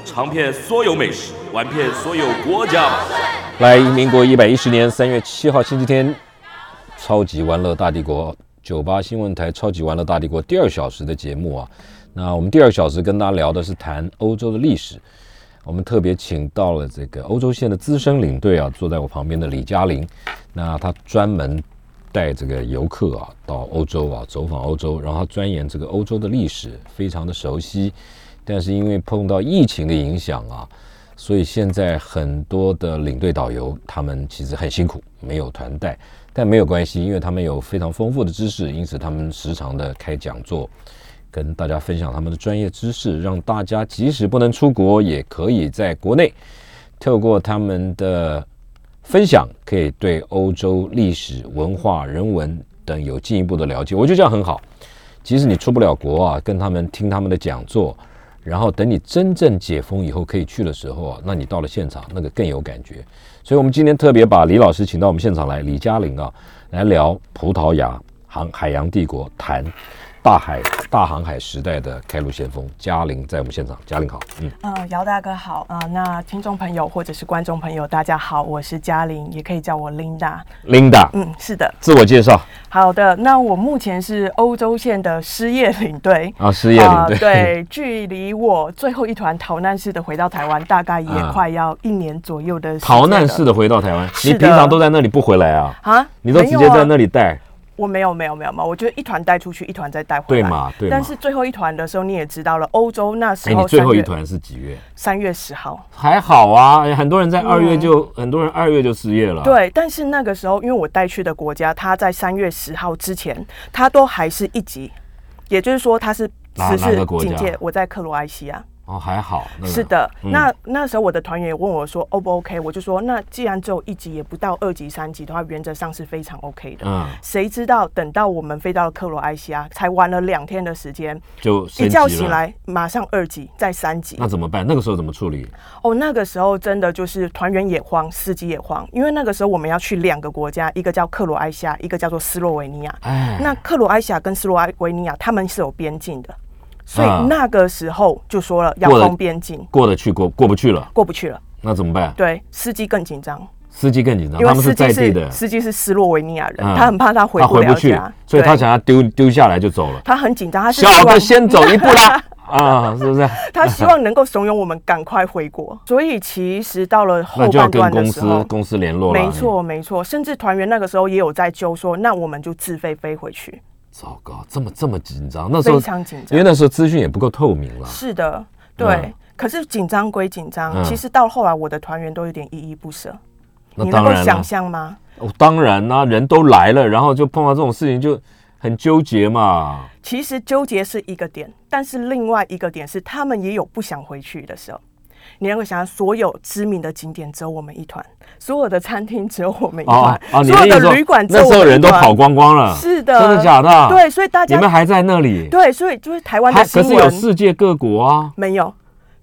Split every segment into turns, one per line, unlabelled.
尝遍所有美食，玩遍所有国家吧。
来，民国一百一十年三月七号星期天，超级玩乐大帝国九八新闻台《超级玩乐大帝国》第二小时的节目啊。那我们第二小时跟大家聊的是谈欧洲的历史。我们特别请到了这个欧洲线的资深领队啊，坐在我旁边的李嘉玲，那他专门带这个游客啊到欧洲啊走访欧洲，然后他钻研这个欧洲的历史，非常的熟悉。但是因为碰到疫情的影响啊，所以现在很多的领队导游他们其实很辛苦，没有团带，但没有关系，因为他们有非常丰富的知识，因此他们时常的开讲座，跟大家分享他们的专业知识，让大家即使不能出国，也可以在国内透过他们的分享，可以对欧洲历史文化、人文等有进一步的了解。我觉得这样很好。即使你出不了国啊，跟他们听他们的讲座，然后等你真正解封以后可以去的时候啊，那你到了现场那个更有感觉。所以我们今天特别把李老师请到我们现场来，李嘉玲啊，来聊葡萄牙航海洋帝国，谈大海大航海时代的开路先锋。嘉玲在我们现场，嘉玲好，嗯，
呃，姚大哥好啊、呃那听众朋友或者是观众朋友，大家好，我是嘉玲，也可以叫我 Linda。
Linda，
嗯，是的，
自我介绍
好的。那我目前是欧洲线的失业领队。
啊，失业领队，
呃对，距离我最后一团逃难式的回到台湾，大概也
啊
快要一年左右的 时间
逃难式
了
的回到台湾，你
是的
平常都在那里不回来啊？
啊，
你都
没
直
有
接在
啊
那里带，
我没有没有没有嘛，我就一团带出去，一团再带回
对
来。
嘛？对嘛？
啊但是最后一团的时候，你也知道了，欧洲那时
哎，
候
你最后一
3月
团是几月？
三月十号，
还好啊，很多人在二月就、很多人二月就失业了。，
嗯对。但是那个时候，因为我带去的国家，它在三月十号之前，它都还是一级，也就是说它是
哪
只
哪
是
个国
警
家
戒。我在克罗埃西亚，
哦，还好。那个
是，的。
嗯
那那时候我的团员也问我说，O 不 OK？我就说，那既然只有一级，也不到二级、三级的话，原则上是非常 OK 的。
嗯，
谁知道等到我们飞到了克罗埃西亚，才玩了两天的时间，
就升
一
级了
觉醒，来马上二级，再三级。
那怎么办？那个时候怎么处理？
哦，那个时候真的就是团员也慌，司机也慌，因为那个时候我们要去两个国家，一个叫克罗埃西亚，一个叫做斯洛维尼亚。
哎，
那克罗埃西亚跟斯洛维尼亚他们是有边境的，所
啊
以那个时候就说了要
过了
封边境，
过得去过过不去了，
过不去了。
那怎么办？
对，司机更紧张，
司机更紧张，
因
啊他
为
们
司
是
机
在地
是
的，
司机是斯洛维尼亚人，
嗯
他很怕他回
他
不
回不
了
去
家，，
所以他
对
想要丢丢下来就走了。
他很紧张，他是
小
希望
的先走一步 啦，啊，是不是？
他希望能够怂恿我们赶快回国，所以其实到了
那
后
就要跟
半段的
公
时候
司，公司联络了。
没，错，没错，甚至团员那个时候也有在揪说，那我们就自费飞回去，
哎糟糕，这么这么紧张，那时候
非常紧
哦因
张
为。那时候资讯也不够透明了。
是的，对。
嗯
可是紧张归紧张，
嗯
其实到后来我的团员都有点依依不舍。
那
你能
当
够
然了
想。象吗？
哦，当然啦、人都来了，然后就碰到这种事情就很纠结嘛。
其实纠结是一个点，但是另外一个点是他们也有不想回去的时候。你能够想象，所有知名的景点只有我们一团，所有的餐厅只有我们一
哦
团，
哦，你
所
的意
有
思
的
说
旅馆只
那
有我
时
们一
候
团。
人都跑光光了，
是的，
真的假的？，
对，所以大
你
家
们还在那里，
对，所以就是台湾
还
的
可
新
是有
闻。
世界各国啊，
没有，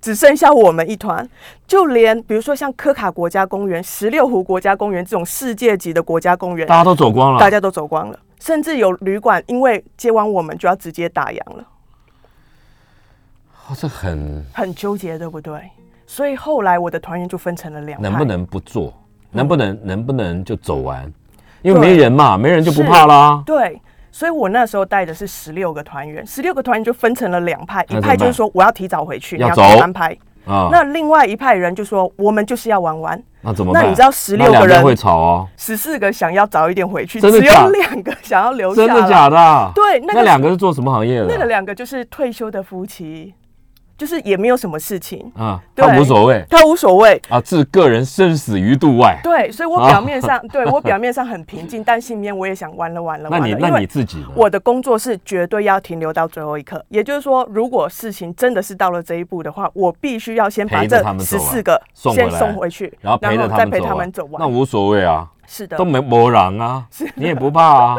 只剩下我们一团。就连比如说像科卡国家公园、十六湖国家公园这种世界级的国家公园，
大家都走光了，
大家都走光了，甚至有旅馆因为接完我们就要直接打烊了，
哦这很
很纠结，对不对？所以后来我的团员就分成了两派，
能不能不做？
嗯
能不能能不能就走完？因为没人嘛，没人就不
是
怕啦。
对？所以我那时候带的是十六个团员，十六个团员就分成了两派，
那怎么
一派
办
就是说我要提早回去，
要
你要
走
早安排；
啊，
那另外一派人就说我们就是要玩完，
那怎么
那
办？
你知道16
那两
个人
会吵哦，
十四个想要早一点回去，
真的
只
假
有两个想要留下
真
来。
的假的？
对那个
那两个是做什么行业
那个
的？
两个就是退休的夫妻，就是也没有什么事情，
啊，
对
他无所谓
他无所谓。
啊，置个人生死于度外。
对，所以我表 面上、对我表面上很平静，但心里面我也想完了完了
那
完了。
你
因
那
为
你自己呢？
我的工作是绝对要停留到最后一刻，也就是说，如果事情真的是到了这一步的话，我必须要先把
陪着
这
他们走
十
完
四个
送回
先
来
送回去，
然后陪着
再
他
陪
们走
他
完
们走完。
那无所谓啊，
是的
都，没没人啊，你也不怕啊。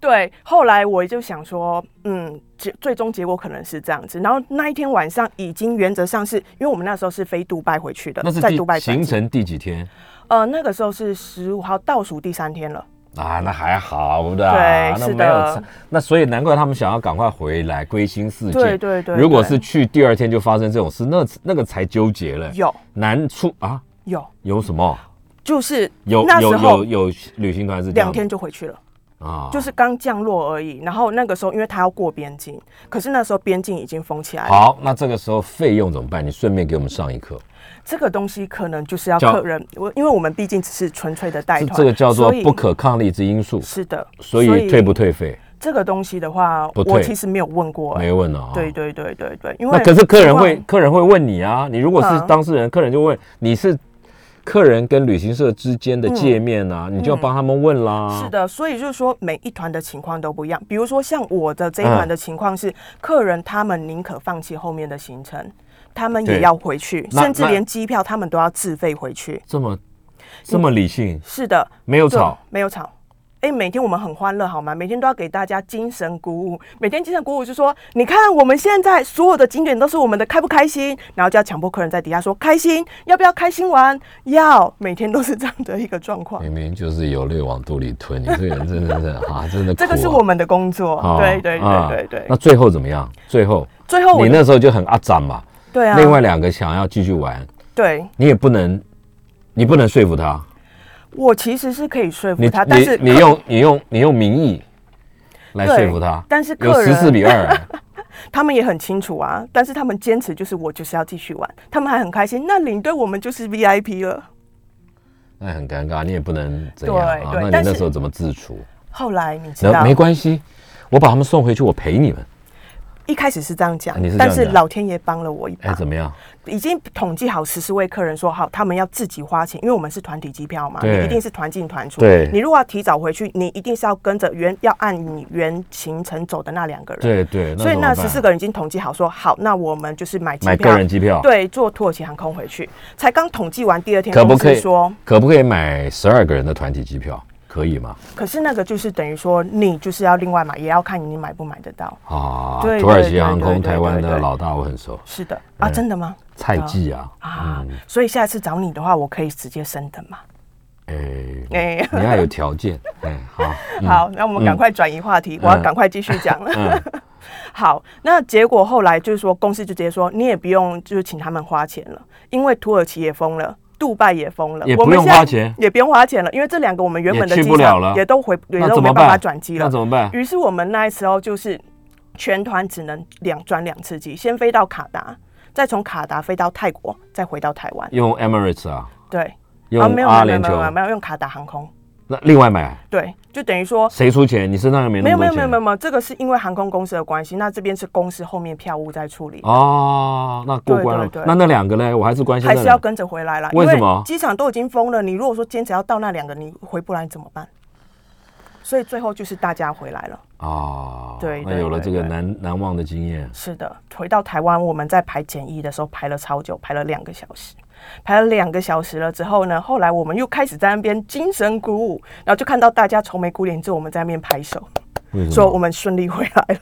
对。后来我就想说，嗯，结最终结果可能是这样子。然后那一天晚上已经原则上是因为我们那时候是飞杜拜回去的
那，是
在杜拜
第
转
行
机
程第几天
呃，那个时候是十五号倒数第三天了。
啊？那还好的
对
啊，那
是
没有
的
差。那所以难怪他们想要赶快回来归心似箭。
对对对
如果
对
是去第二天就发生这种事，那那个才纠结了。
有
难处啊？
有，
有什么？
就是
有
那时
有
候
有有旅行团是这样
两
的
天就回去了。
啊，
就是刚降落而已。然后那个时候，因为他要过边境，可是那时候边境已经封起来了。
好。那这个时候费用怎么办？你顺便给我们上一课。
这个东西可能就是要
叫
客人，我因为我们毕竟只是纯粹的带
这
团，
这个叫做
所以
不。可抗力之因素，
是的，
所以退不退费
这个东西的话，
不
我
退
其实没有问过、
没
哎
问啊。
对。对对对对，因为
那可是客人
情
会
况
客人会问你啊，你如果是
嗯
当事人，客人就问你是客人跟旅行社之间的界面啊，你就要帮他们问啦。
嗯是。的，所以就是说每一团的情况都不一样。比如说像我的这一团
嗯
的情况是，客人他们宁可放弃后面的行程，他们
对
也要回去，
那
甚至
那
连机票他们都要自费回去。
这么这么理性，
是的，
没有
对
吵，
没有吵。哎，每天我们很欢乐，好吗？每天都要给大家精神鼓舞。每天精神鼓舞就说，你看我们现在所有的景点都是我们的，开不开心？然后就要强迫客人在底下说开心，要不要开心玩？要，每天都是这样的一个 状况。
明明就是有泪往肚里吞，你这个人真的是 啊，真的
这个
苦
是
啊
我们的工作，
啊
对对
啊
对对对。
那最后怎么样？最后
最后我
你
就
那时候就很阿展嘛，
对啊，
另外两个想要继续玩，
对
你也不能，你不能说服他，
我其实是可以说
你
服他，但是
你你
客
用你用你用民意来说服他
对，但是
有
客人
十四比二，啊
他们也很清楚啊，但是他们坚持就是我就是要继续玩，他们还很开心。那领队我们就是 VIP 了。
那很尴尬，你也不能怎样
对
啊？
对
那你
但
那
是
时候怎么自处？
后来你知
那
道，
没关系，我把他们送回去，我陪你们。
一开始是这样讲，
啊你是这样
但
讲
是老天爷帮了我一把。
哎，怎么样？
已经统计好十四位客人说好，他们要自己花钱，因为我们是团体机票嘛，
对
你一定是团进团出。
对
你如果要提早回去，你一定是要跟着原要按你原行程走的那两个人。
对对，
所以那
怎么办啊
十四个人已经统计好说好，那我们就是买机
买
票，
个人机票，，
对，坐土耳其航空回去。才刚统计完第二天，
可不
公司
可以
说，
可不可以买十二个人的团体机票？可以吗？
可是那个就是等于说你就是要另外买，也要看你买不买得到。
啊，
对
土耳
对
其
对
航
对
空
对
台湾
对
的
对
老大我很熟，
是的
哎
啊，真的吗？
蔡记啊，
啊，所以下次找你的话，我可以直接升等嘛？
哎，
哎、
你要有条件，哎，好，
好，那我们赶快转移话题，我
嗯
要赶快继续讲了。 好，那结果后来就是说，公司就直接说，你也不用就是请他们花钱了，因为土耳其也封了。杜拜也封了，
也
我们
不用
现在
花钱
也不用花钱了，因为这两个我们原本的
也去
机
不了
场
了
也都回，也
那
都
怎
没
么
办法
办？
转机
那
了
怎。么办？
于是我们那时候就是全团只能两转两次机，先飞到卡达，再从卡达飞到泰国，再回到台湾。
用 Emirates 啊，
对，啊
用
没有
阿
没有
联
没有没
酋
有，没有用卡达航空，
那另外买
对，就等于说
谁出钱？你身上又没那
没有
么
没有
多
没有
钱
没有没有，这个是因为航空公司的关系，那这边是公司后面票务在处理，
哦，那过关了
对对。对
那那两个呢？我还是关心
还
那
是要
两个
跟着回来了。
为什么
因机场都已经封了，你如果说坚持要到那两个，你回不来怎么办？所以最后就是大家回来了。
哦，
对对
那有了这个
对对
难难忘的经验。
是的，回到台湾，我们在排检疫的时候排了超久，排了两个小时，排了两个小时了之后呢，后来我们又开始在那边精神鼓舞，然后就看到大家愁眉苦脸之后，我们在那边拍手，
为什
说我
么？
们顺利回来了。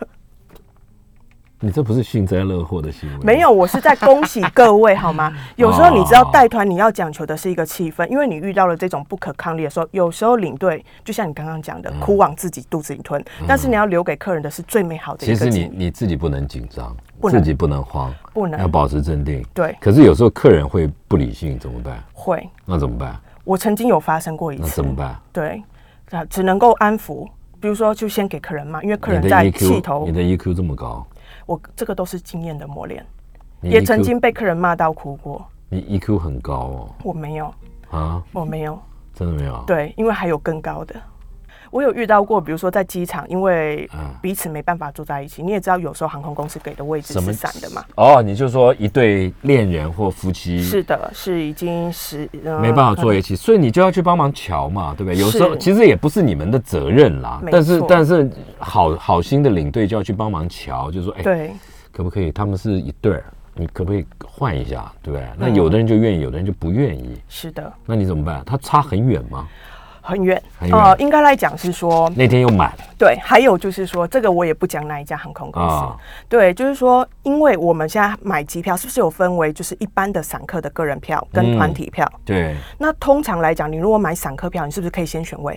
你这不是幸灾乐祸的行为？
没有，我是在恭喜各位，好吗？
嗯
有时候你知道带团你要讲求的是一个气氛，因为你遇到了这种不可抗力的时候，有时候领队就像你刚刚讲的，苦往自己肚子里吞，但是你要留给客人的是最美好的一
嗯其
个
实
经
你
验。
你自己不能紧张，
不能
自己不能慌，
不能
要保持镇定。
对
可是有时候客人会不理性，怎么办？
会，
那怎么办？
我曾经有发生过一
那
次。
怎么办？
对，啊，只能够安抚。比如说，就先给客人骂，因为客
你
人
的
在气
EQ，
头
你，的 EQ 这么高，
我这个都是经验的磨练，
你 E
也
EQ
曾经被客人骂到哭过，
你 EQ 很高
我没有，
哦啊，
我没有，
真的没有？
对，因为还有更高的。我有遇到过，比如说在机场，因为
嗯
彼此没办法住在一起，你也知道，有时候航空公司给的位置
什么
是散的嘛。
哦，你就说一对恋人或夫妻
是的，是已经是、呃
没办法坐一起，所以你就要去帮忙瞧嘛，对不对？有时候
是
其实也不是你们的责任啦，
没
但是
错
但是好好心的领队就要去帮忙瞧，就说哎，
对，
可不可以？他们是一对儿，你可不可以换一下，对不对？那
嗯
有的人就愿意，有的人就不愿意，
是的，
那你怎么办？他差很远吗？
很远。
很
呃
远
应该来讲是说，
那天又满
对，还有就是说，这个我也不讲哪一家航空公司。
啊，
对，就是说，因为我们现在买机票是不是有分为就是一般的散客的个人票
嗯
跟团体票？
对
那通常来讲，你如果买散客票，你是不是可以先选位？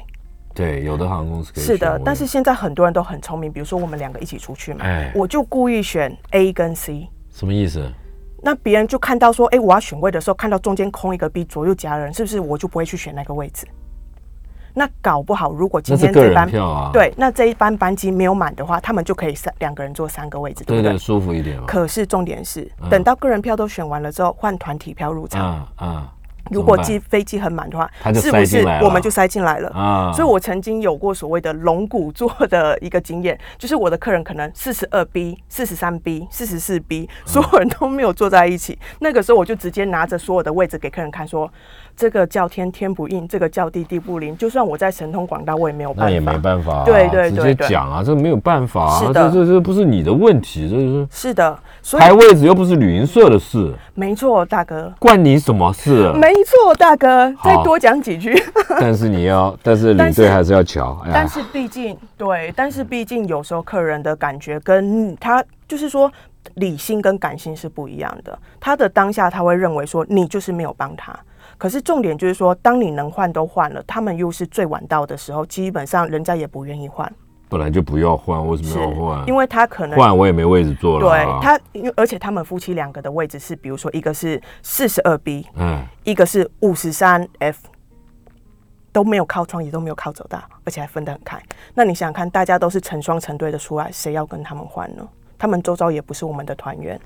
对，有的航空公司可以
是
选
的
位，
但是现在很多人都很聪明，比如说我们两个一起出去嘛，
哎
我就故意选 A 跟 C。
什么意思？
那别人就看到说，哎、我要选位的时候，看到中间空一个 B，左右夹人，是不是我就不会去选那个位置？那搞不好，如果今
那是
天
个
这
人
班
票啊，
对，那这一班班机没有满的话，他们就可以三两个人坐三个位置，对
对
不对？
对，舒服一点嘛。
可是重点是，等到个人票都选完了之后，换团体票入场。
啊啊，
如果
怎
机
么
飞机很满的话
他，就塞
是不
进
是
来了
我们就塞进来了？
办啊，
所以我曾经有过所谓的龙骨座的一个经验，就是我的客人可能四十二 B、四十三 B、四十四 B，所
嗯
有人都没有坐在一起。那个时候我就直接拿着所有的位置给客人看说这个叫天天不应，这个叫地地不灵。就算我在神通广大，我也没有办法。
那也没办法啊，
对对
直接
对对
讲啊，这没有办法啊，
是
这
的
这这不是你的问题，这是
是的，所以
排位置又不是旅行社的事，
没错，大哥，
关你什么事？
没错，大哥，再
好
多讲几句。
但是你 要，但是领
但是
队还是要瞧，哎呀
但是毕竟对，但是毕竟有时候客人的感觉跟他就是说理性跟感性是不一样的。他的当下他会认为说你就是没有帮他，可是重点就是说，当你能换都换了，他们又是最晚到的时候，基本上人家也不愿意换，
本来就不要换，为什么要换？
因为他可能。
换我也没位置坐了、
对
啊。，
他，因为而且他们夫妻两个的位置是，比如说一个是四十二 B，
嗯，
一个是五十三 F，都没有靠窗，也都没有靠走道，而且还分得很开。那你想想看，大家都是成双成对的出来，谁要跟他们换呢？他们周遭也不是我们的团员，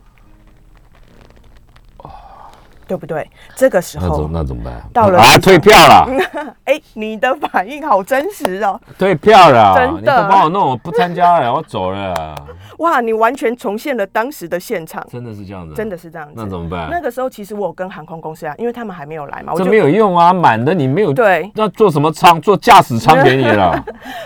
对不对？这个时
那怎
候，
那怎么办？
到了
啊，
机场
退票 了，
哎、你的反应好真实哦！
退票了，
真的
你不帮我弄，我不参加了，我走了，
哇，你完全重现了当时的现场，
真的是这样子，
真的，是这样子。
那怎么办？
那个时候其实我有跟航空公司啊，因为他们还没有来嘛，我
这
就
没有用啊，满的你没有，
对
那坐什么舱？坐驾驶舱给你了，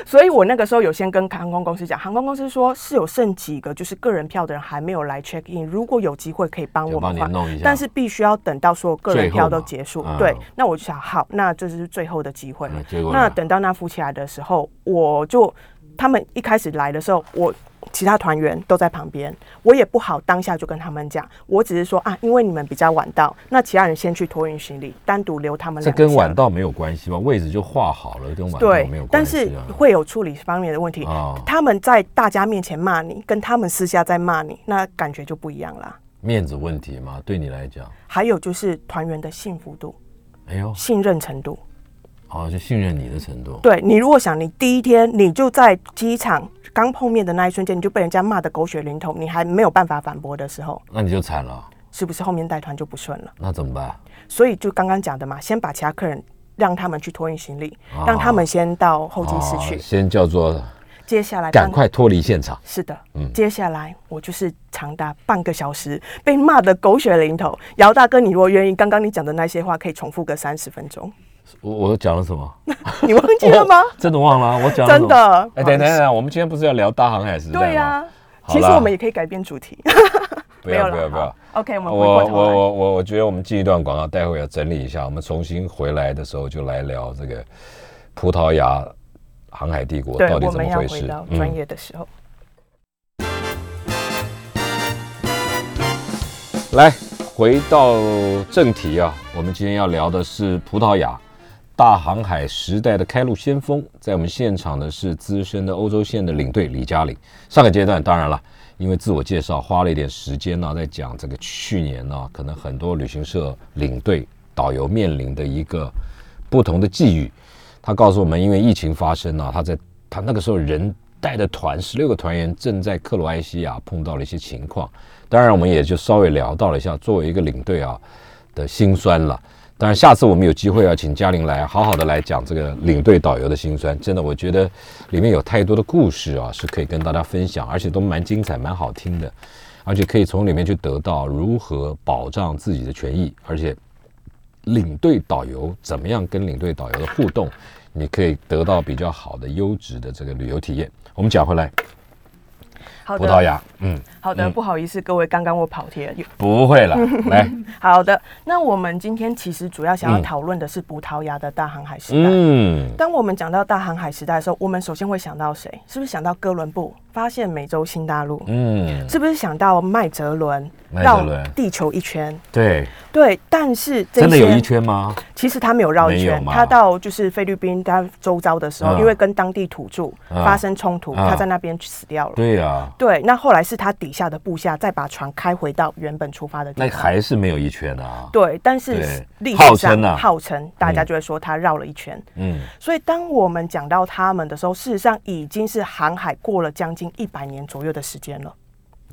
所以我那个时候有先跟航空公司讲，航空公司说是有剩几个就是个人票的人还没有来 check in，如果有机会可以帮
就
我
帮
们
你
换，
弄一下
但是必须要等到所有个人票都结
最
束
后嘛。嗯
对，那我就想，好，那这是最后的机会了
嗯结果呢
那等到那夫妻来的时候，我就他们一开始来的时候，我。其他团员都在旁边，我也不好当下就跟他们讲，我只是说啊，因为你们比较晚到，那其他人先去托运行李，单独留他们
这
两个。
跟晚到没有关系吧？位置就画好了，跟晚到
对
没有，关
但
系、啊。
是会有处理方面的问题。
哦
他们在大家面前骂你，跟他们私下在骂你，那感觉就不一样啦。
面子问题嘛，对你来讲，
还有就是团员的幸福度、
哎呦，
信任程度。
哦，就信任你的程度，
对你，如果想你第一天你就在机场刚碰面的那一瞬间，你就被人家骂得狗血淋头，你还没有办法反驳的时候，
那你就惨了，
是不是后面带团就不顺了？
那怎么办？
所以就刚刚讲的嘛，先把其他客人让他们去托运行李，
哦
让他们先到候机室去，
哦先叫做
接下来
赶
办
快脱离现场。
是的，
嗯
接下来我就是长达半个小时被骂得狗血淋头。姚大哥，你如果愿意，刚刚你讲的那些话可以重复个三十分钟，
我我讲了什么？哦
你忘记了吗？
真的忘了，我讲了什么
真的
哎，等等等等，我们今天不是要聊大航海时代吗？
对呀、
好啦
其实我们也可以改变主题，
不要
没有
不要
了
不要
好。OK，我们回
啊我
过头
我
来
我我我觉得我们进一段广告，待会要整理一下，我们重新回来的时候就来聊这个葡萄牙航海帝国
对
到底
我
怎
们
么
要
回
回
事
到。
嗯
专业的时候。
来，回到正题啊，我们今天要聊的是葡萄牙大航海时代的开路先锋。在我们现场的是资深的欧洲线的领队李嘉玲。上个阶段当然了，因为自我介绍花了一点时间呢、在讲这个去年呢、可能很多旅行社领队导游面临的一个不同的际遇。他告诉我们，因为疫情发生啊，他在他那个时候人带的团十六个团员正在克罗埃西亚碰到了一些情况。当然，我们也就稍微聊到了一下作为一个领队啊的辛酸了。当然，下次我们有机会要请嘉玲来，好好的来讲这个领队导游的辛酸。真的，我觉得里面有太多的故事啊，是可以跟大家分享，而且都蛮精彩、蛮好听的，而且可以从里面去得到如何保障自己的权益，而且领队导游怎么样跟领队导游的互动，你可以得到比较好的、优质的这个旅游体验。我们讲回来，
好
葡萄
的，
牙，嗯，
好的，不好意思，各位，刚刚我跑题了。有
不会了，来，
好的，那我们今天其实主要想要
嗯
讨论的是葡萄牙的大航海时代。
嗯，
当我们讲到大航海时代的时候，我们首先会想到谁？是不是想到哥伦布发现美洲新大陆？
嗯，
是不是想到麦哲伦
麦哲伦
绕地球一圈？
对，
对，但是这
真的有
些
一圈吗？
其实他没有绕一
没有
圈，
吗
他到就是菲律宾他周遭的时候，
嗯
因为跟当地土著
嗯
发生冲突，
嗯
他在那边死掉了。
对呀、
对，那后来是他底下的部下再把船开回到原本出发的地
那
方。
还是没有一圈啊。
对，但是
对
历
号
史上
称啊
号称大家就会说他绕了一圈。
嗯，
所以当我们讲到他们的时候，事实上已经是航海过了将近一百年左右的时间了。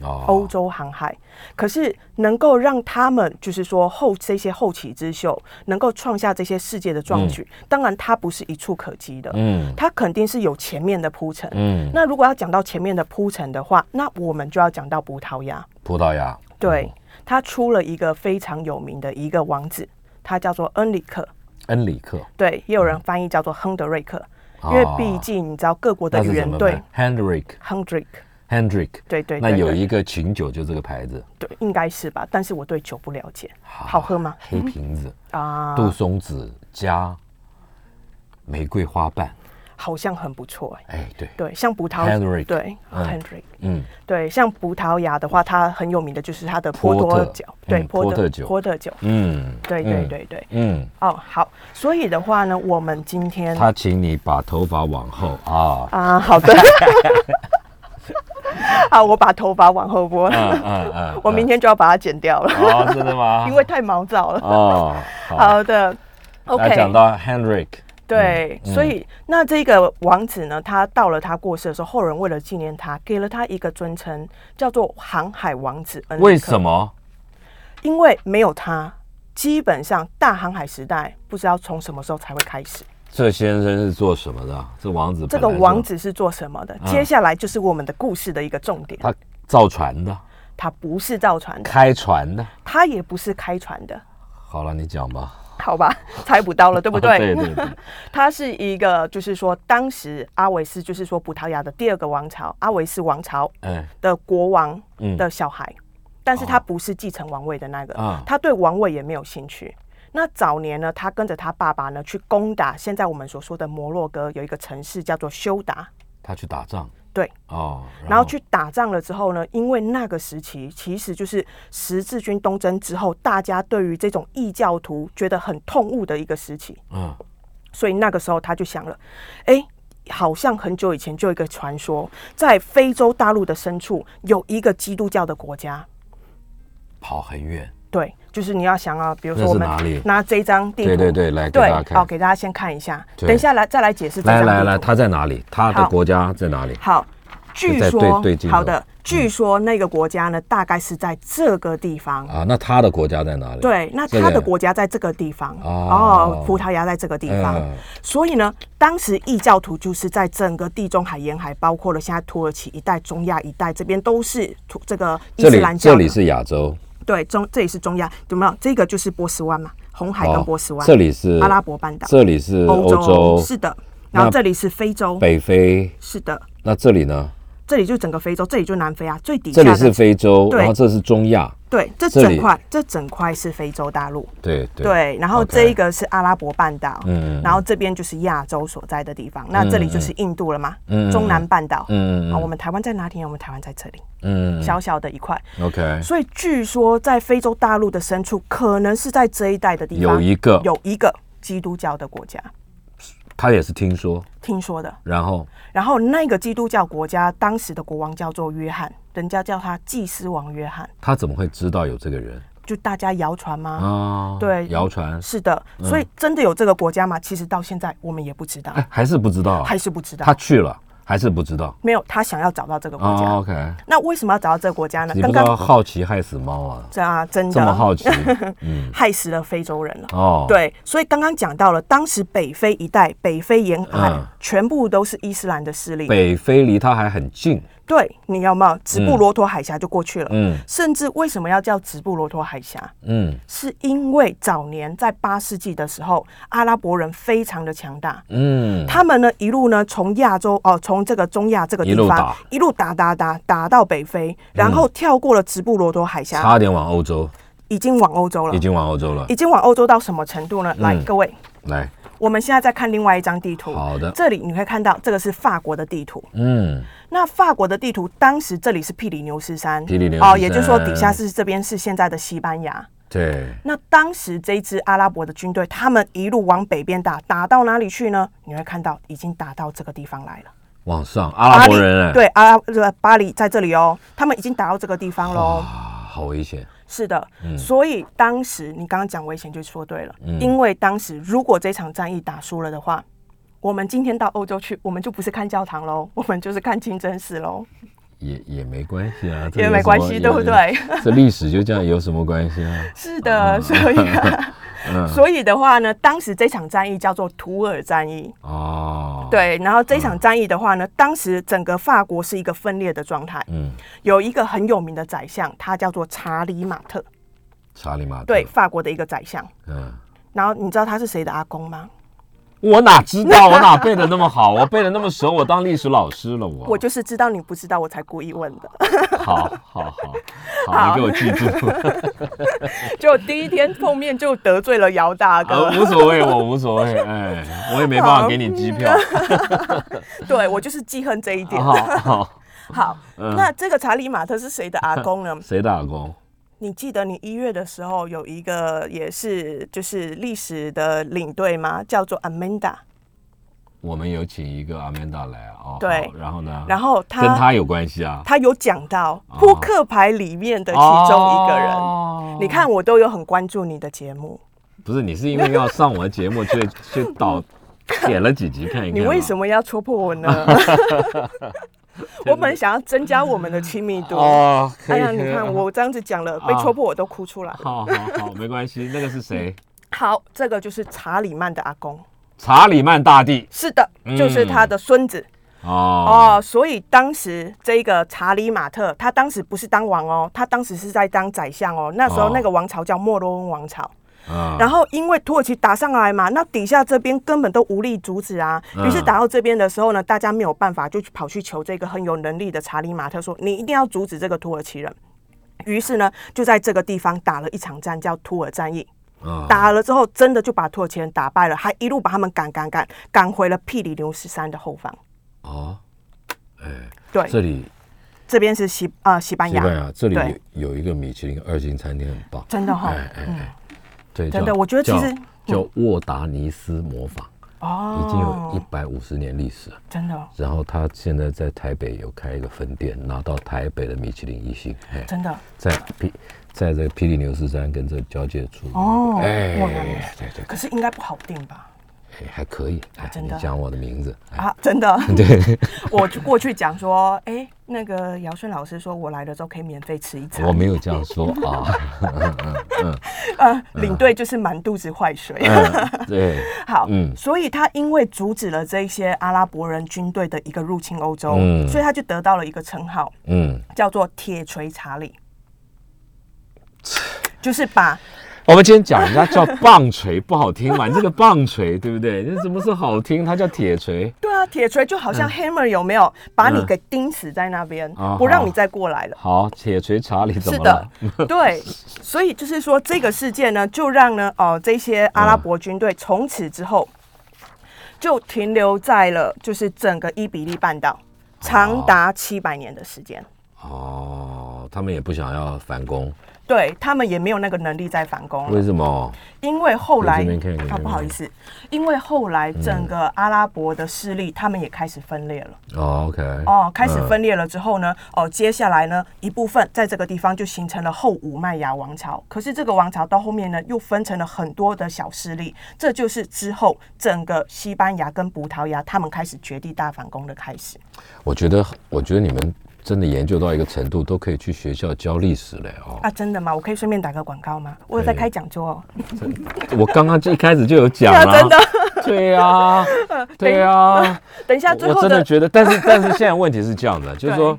哦，
欧洲航海，可是能够让他们就是说后这些后起之秀能够创下这些世界的壮举，当然它不是一触可及的，
嗯
它肯定是有前面的铺陈。
嗯，
那如果要讲到前面的铺陈的话，那我们就要讲到葡萄牙，
葡萄牙，嗯
对，他出了一个非常有名的一个王子，他叫做恩里克，
恩里克，
对，也有人翻译叫做亨德瑞克，
哦
因为毕竟你知道各国的
那是
语
什
言
么
对
牌？Hendrik
，Hendrik，
Hendrik，
对对对
那有
对
一个琴酒就这个牌子，
对，应该是吧？但是我对酒不了解，好喝吗？
黑瓶子，
啊，
杜松子加玫瑰花瓣，
好像很不错哎、
哎，对，
对，像葡萄
Henrik
对、
嗯
h e n r i
嗯，
对，像葡萄牙的话，它很有名的就是它的波
波
多
特
酒，
嗯
对，
波特酒
波特酒，
嗯，
对对对对。
嗯，
哦，好，所以的话呢，我们今天
他请你把头发往后啊，
啊，好的， 好，我把头发往后拨，
嗯嗯嗯，
我明天就要把它剪掉了，
哦，真的吗？
因为太毛躁了。
哦，好，
好的
来讲
，OK，
到 Hendrik，
对，
嗯
所以那这个王子呢，他到了他过世的时候，后人为了纪念他，给了他一个尊称，叫做航海王子恩。
为什？么？
因为没有他，基本上大航海时代不知道从什么时候才会开始。
这先生是做什么的？这王子
这
本
个
来就
王子是做什么的？
嗯
接下来就是我们的故事的一个重点。
他造船的，
他不是造船的，
开船的。
他也不是开船的，
好了，你讲吧。
好吧？猜不到了，对不对？
啊对对对，
他是一个，就是说当时阿维斯，就是说葡萄牙的第二个王朝阿维斯王朝
哎，
的国王
嗯
的小孩，但是他不是继承王位的那个，
啊
他对王位也没有兴趣。那早年呢，他跟着他爸爸呢去攻打现在我们所说的摩洛哥有一个城市叫做休达，
他去打仗
对，
哦，
然后去打仗了之后呢，因为那个时期其实就是十字军东征之后，大家对于这种异教徒觉得很痛恶的一个时期，
嗯，
所以那个时候他就想了，哎。好像很久以前就有一个传说，在非洲大陆的深处有一个基督教的国家，
跑很远，
对，就是你要想啊，比如说
那是
我们
哪里
拿这张地图，
对对对来给
对
大家看
好，给大家先看一下，
对
等一下来再来解释这张
来
地
来
图。
来，他在哪里？他的
好
国家在哪里？
好，据
在
说
对对镜头嗯
好的，据说那个国家呢，大概是在这个地方。
啊，那他的国家在哪里？呃
对，那
这
他
个
的国家在这个地方，
哦
哦，葡萄牙在这个地方，
嗯
所以呢，当时异教徒就是在整个地中海沿海，包括了现在土耳其一带、中亚一带，这边都是土这个伊
这
斯
里
兰
这
教的。
里是亚洲，
对中，这里是中亚，有没有？这个就是波斯湾嘛，红海跟
哦
波斯湾，
这里是
阿拉伯半岛，
这里是欧洲，
是的，然后
那
这里是非洲，
北非，
是的，
那这里呢？这
这里就整个非洲，这里就南非啊，最底下
里
的
是非洲，
对
然后这是中亚，
对，这
这里
整块这整块是非洲大陆，
对对
对，然后
OK
这一个是阿拉伯半岛，
嗯
然后这边就是亚洲所在的地方，那这里就是印度了嘛，
嗯
中南半岛，
嗯嗯
啊，我们台湾在哪里？我们台湾在这里，
嗯
小小的一块，
，OK，
所以据说在非洲大陆的深处，可能是在这一带的地方
有一个
有一个基督教的国家，
他也是听说，
听说的。
然后
然后那个基督教国家当时的国王叫做约翰，人家叫他祭司王约翰，
他怎么会知道有这个人
就大家谣传吗？
啊？
对
谣传嗯
是的，所以真的有这个国家吗？其实到现在我们也不知道，
哎，还是不知道啊，
还是不知道
他。去了，还是不知道
没有，他想要找到这个国家。
啊？OK，
那为什么要找到这个国家呢？
你不知道好奇害死猫啊？
这啊，真的
这么好 奇
害死了非洲人了。
哦？，
对，所以刚刚讲到了，当时北非一带、北非沿岸、
嗯
全部都是伊斯兰的势力。
北非离它还很近，
对，你要冒直布罗陀海峡就过去了。
嗯
甚至为什么要叫直布罗陀海峡？
嗯
是因为早年在八世纪的时候，阿拉伯人非常的强大，
嗯，
他们呢一路呢从亚洲哦，从这个中亚这个地
一路
方
打嗯
一路打打打打到北非，然后跳过了直布罗陀海峡，
差点往欧洲，
已经往欧洲了
已。经往欧洲了
已。经往欧洲到什么程度呢？来，
嗯
各位，
来，
我们现在再看另外一张地图。
好的
嗯这里你会看到这个是法国的地图。
嗯，
那法国的地图当时这里是庇里牛斯山，哦
庇里牛斯山
也就是说底下是这边是现在的西班牙。
对，
那当时这一支阿拉伯的军队，他们一路往北边打，打到哪里去呢？你会看到已经打到这个地方来了。
往上，阿拉伯人哎，
对阿拉呃巴黎在这里哦，他们已经打到这个地方喽。
啊，好危险，
是的，
嗯
所以当时你刚刚讲危险就说对了，因为当时如果这场战役打输了的话，我们今天到欧洲去，我们就不是看教堂喽， 我们就是看清真寺喽，
也也没关系啊，这
也
有
没
什
关
么
系，
有
对不对？
这历史就这样，有什么关系啊？
是的，所 以、啊，
嗯
所以的话呢，当时这场战役叫做图尔战役。
哦，，
对，然后这场战役的话呢，当时整个法国是一个分裂的状态，
嗯，
有一个很有名的宰相，他叫做查理马特，
查理马特，
对，，法国的一个宰相。
嗯，
然后你知道他是谁的阿公吗？
我哪知道，我哪背的那么好，我背的那么熟，我当历史老师了，我，
我就是知道你不知道，我才故意问 的。
好好好好，
好
你给我记住，
就第一天碰面就得罪了姚大哥，
啊，无所谓，我无所谓，哎，我也没办法给你机票，
对我就是记恨这一点。
好好，？
好，那这个查理马特是谁的阿公呢
谁打工？
你记得你一月的时候有一个也是就是历史的领队吗？叫做 Amanda，
我们有请一个阿曼达来哦，
对
好然后呢？
然后
跟他有关系啊，
他有讲到扑克牌里面的其中一个人。
哦
你看，我都有很关注你的节目，
不是，你是因为要上我的节目，所以去 导点了几集看一看。
你为什
么？
么要戳破我呢？ 我本想要增加我们的亲密度。
哦，啊可
哎
以。
呀，
可以
你看我这样 子讲了，被戳破我都哭出来。
好好好，没关系。那个是谁？
好，这个就是查理曼的阿公，
查理曼大帝
是的，
嗯
就是他的孙子、
哦。
哦。所以当时这个查理马特，他当时不是当王哦，他当时是在当宰相哦。那时候
哦
那个王朝叫莫洛温王朝。
哦
然后因为土耳其打上来嘛，那底下这边根本都无力阻止啊。
嗯
于是打到这边的时候呢，大家没有办法，就去跑去求这个很有能力的查理马特说：“你一定要阻止这个土耳其人。”于是呢，就在这个地方打了一场战，叫土耳战役。
后
打了之后，真的就把土耳其人打败了，还一路把他们赶赶赶赶回了庇里牛斯山的后方。
哦，
对，
这里
这边是西啊、西班
西
牙，
班牙这里
对
有有一个米其林二星餐厅很棒，
真的哦哈、
哎哎哎，对，
真的
叫
我觉得其实嗯
叫叫沃达尼斯磨坊，
哦，
已经有一百五十年历史了。
真的
然后他现在在台北有开一个分店，拿到台北的米其林一星，哎，
真的
在皮在这个霹雳牛斯山跟这个交界处。
哦，
哎，
哇那你
对对
可是应该不好定吧？
对，还可以。哎，
啊真
你
的
讲我的名字，哎，
啊，真的，
对
我就过去讲说，哎、那个姚顺老师说我来了之后可以免费吃一餐
我，没有这样说啊。
呃，领队就是满肚子坏水。
嗯对，
好，
嗯
所以他因为阻止了这些阿拉伯人军队的一个入侵欧洲，
嗯
所以他就得到了一个称号，
嗯，
叫做“铁锤查理”，就是把
我们今天讲人家叫棒槌，不好听嘛？你这个棒槌对不对？你怎么是好听？它叫铁锤。
对啊，铁锤就好
嗯
像 hammer 有没有、把你给钉死在那边，
啊
不让你再过来了。
好，铁锤查理怎
是
么
的
了？，
对，所以就是说这个事件呢，就让呢哦、这些阿拉伯军队从此之后就停留在了就是整个伊比利半岛，长达七百年的时间。
哦，他们也不想要反攻。
对他们也没有那个能力再反攻
为
了，
什么？
因为后
给
来
这边看给这边
啊
看
不好意思，因为后来
嗯
整个阿拉伯的势力他们也开始分裂了。
哦，OK，
哦，开始
嗯
分裂了之后呢，哦，接下来呢，一部分在这个地方就形成了后五麦芽王朝。可是这个王朝到后面呢，又分成了很多的小势力，这就是之后整个西班牙跟葡萄牙他们开始绝地大反攻的开始。
我觉得，我觉得你们真的研究到一个程度，都可以去学校教历史了哦。
啊，真的吗？我可以顺便打个广告吗？我有在
可以
开讲座哦。
我刚刚就一开始就有讲
对
了，
啊 真的。
对 啊，对啊，
等一下
我
最
我
后
真
的
的觉得，但是 但是现在问题是这样的，就是说，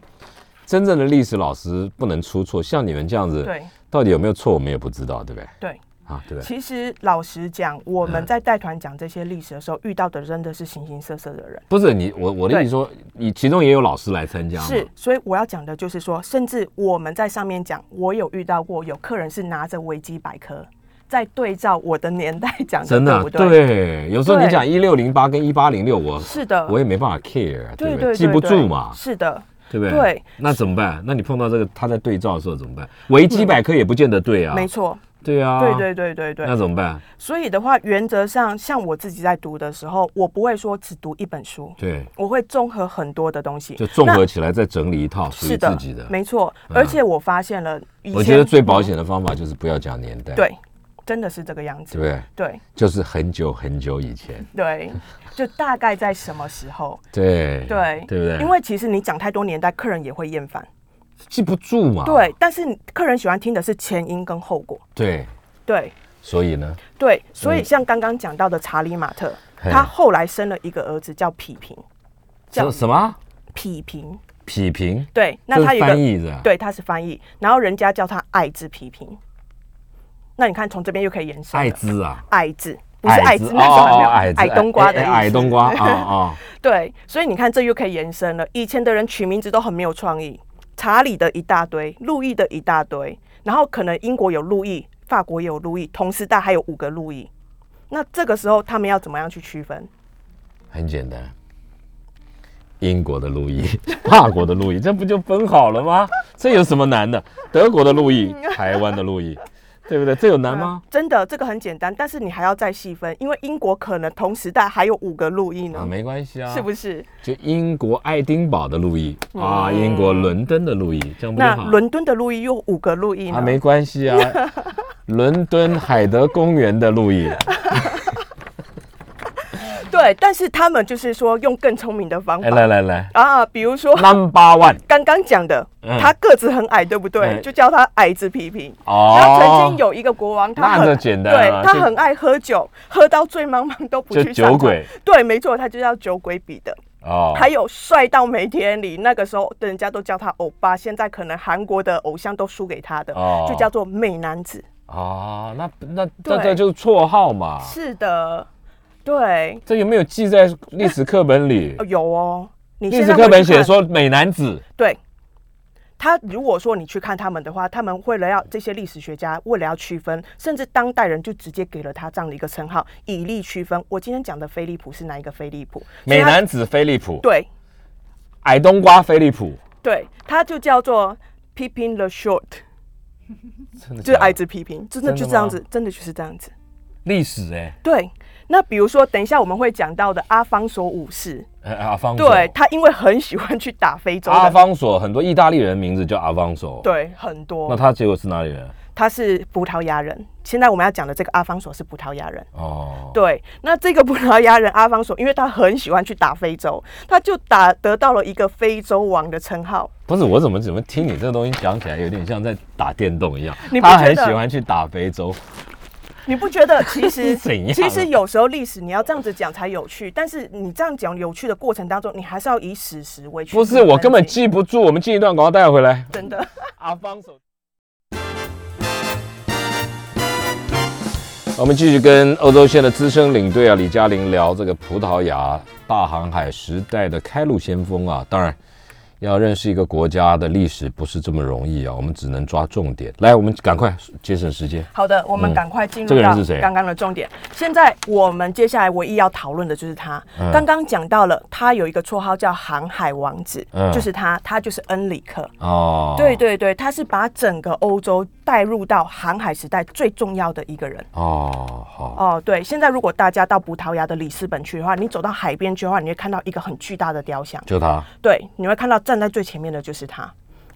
真正的历史老师不能出错，像你们这样子，
对
到底有没有错，我们也不知道，对不对？
对。
啊，对不对？
其实老实讲，我
嗯
们在带团讲这些历史的时候，遇到的真的是形形色色的人。
不是你，我我的意思说，你其中也有老师来参加嘛
是，所以我要讲的就是说，甚至我们在上面讲，我有遇到过有客人是拿着维基百科在对照我的年代讲的，
真的啊、
对不对？
对。有时候你
对
讲一六零八跟一八零六，我
是的，
我也没办法 care，
对
不
对对，
记不住
对
嘛，
是的，
对不对？
对
那怎么办？那你碰到这个他在对照的时候怎么办？维基百科也不见得对啊，
嗯没错，
对啊，
对对对对对。
那怎么办？
所以的话，原则上，像我自己在读的时候，我不会说只读一本书，
对，
我会综合很多的东西，
就综
那
合起来再整理一套属于
是的
自己的。嗯
没错。而且我发现了，以前
我觉得最保险的方法就是不要讲年代，
对，真的是这个样
对
子，
不对？
对
就是很久很久以前，
对，就大概在什么时候？
对
对
对不对？
因为其实你讲太多年代，客人也会厌烦。
记不住嘛，
对，但是客人喜欢听的是前因跟后果。
对，
对
所以呢，
对，所以像刚刚讲到的查理马特，
嗯嘿
他后来生了一个儿子叫匹平，
什什么
匹平。
匹平？
对，那
这
他
是
有一
翻
个
译的，，
对，他是翻译，然后人家叫他爱之匹平。那你看，从这边又可以延伸了
艾滋啊，
爱字，不是爱字，那时
哦
候还没
哦
有
矮
矮冬瓜的意思。
矮冬 瓜啊啊，
对，所以你看，这又可以延伸了。以前的人取名字都很没有创意，查理的一大堆，路易的一大堆，然后可能英国有路易，法国也有路易，同时代还有五个路易。那这个时候他们要怎么样去区分？
很简单。英国的路易，法国的路易，这不就分好了吗？这有什么难的？德国的路 易，台湾的路易，对不对？这有难吗？
真的，这个很简单，但是你还要再细分，因为英国可能同时代还有五个路易呢，
啊，没关系啊，
嗯是不是？
就英国爱丁堡的路易啊，英国伦敦的路易，这样不就
嗯那
好？
伦敦的路易又五个路易呢？
啊，没关系 啊，伦敦海德公园的路 易，
对，但是他们就是说用更聪明的方法、
哎，来来来
啊，比如说
，Number One，
刚刚讲的，
嗯
他个子很矮，对不对？
嗯
就叫他矮子皮皮。
哦
然后曾经有一个国王，他
那
很
这简单了
对他
就
很爱喝酒，喝到醉茫茫都不
就
去上班
酒鬼。
对，没错，他就叫酒鬼彼得。
哦，
还有帅到没天理，那个时候人家都叫他欧巴，现在可能韩国的偶像都输给他的，
哦
就叫做美男子。
啊，那那
对
这这就是绰号嘛，
是的，对，
这有没有记在历史课本 里
哦？有哦。你
历
现
史
在
课
回
本
去
写
看
说美男子，
对。他如果说你去看他们的话，他们为了要这些历史学家为了要区分，甚至当代人就直接给了他这样的一个称号，以利区分。我今天讲的菲利普是哪一个菲利普？所以
美
他
男子菲利普，
对
矮冬瓜菲利普，
对，他就叫做 Pippin the Short，
真的
就是
假的
矮子批评，真的
真的
就这样子，
吗
真的就是这样子。
历史哎，
对，那比如说等一下我们会讲到的阿方索五世，
呃阿方索
对他因为很喜欢去打非洲
阿
的，
方索，很多意大利人名字叫阿方索，，
对很
那
多，
他结果是哪里人？
他是葡萄牙人。现在我们要讲的这个阿方索是葡萄牙人。
哦，
对，那这个葡萄牙人阿方索，因为他很喜欢去打非洲，他就打得到了一个非洲王的称号。
不是，我怎么怎么听你这个东西讲起来有点像在打电动一样
你。不
他
觉
很喜
得
欢去打非洲，
你不觉 得其实
怎样
其实有时候历史你要这样子讲才有趣，但是你这样讲有趣的过程当中，你还是要以史实为去。
不是我根本记不住。我们进一段广告带回来。
真的。
阿方手。我们继续跟欧洲线的资深领队啊李嘉玲聊这个葡萄牙大航海时代的开路先锋啊，当然要认识一个国家的历史不是这么容易啊，我们只能抓重点。来，我们赶快节省时间。
好的，我们
嗯
赶快进
这
入
个人
到
是谁
刚刚的重点。现在我们接下来唯一要讨论的就是他。
嗯
刚刚讲到了，他有一个绰号叫“航海王子”，
嗯
就是他，他就是恩里克。
哦，
对，对对，他是把整个欧洲带入到航海时代最重要的一个人。
哦，好，
哦，对，现在如果大家到葡萄牙的里斯本去的话，你走到海边去的话，你会看到一个很巨大的雕像。
就他，
对，你会看到站在最前面的就是他。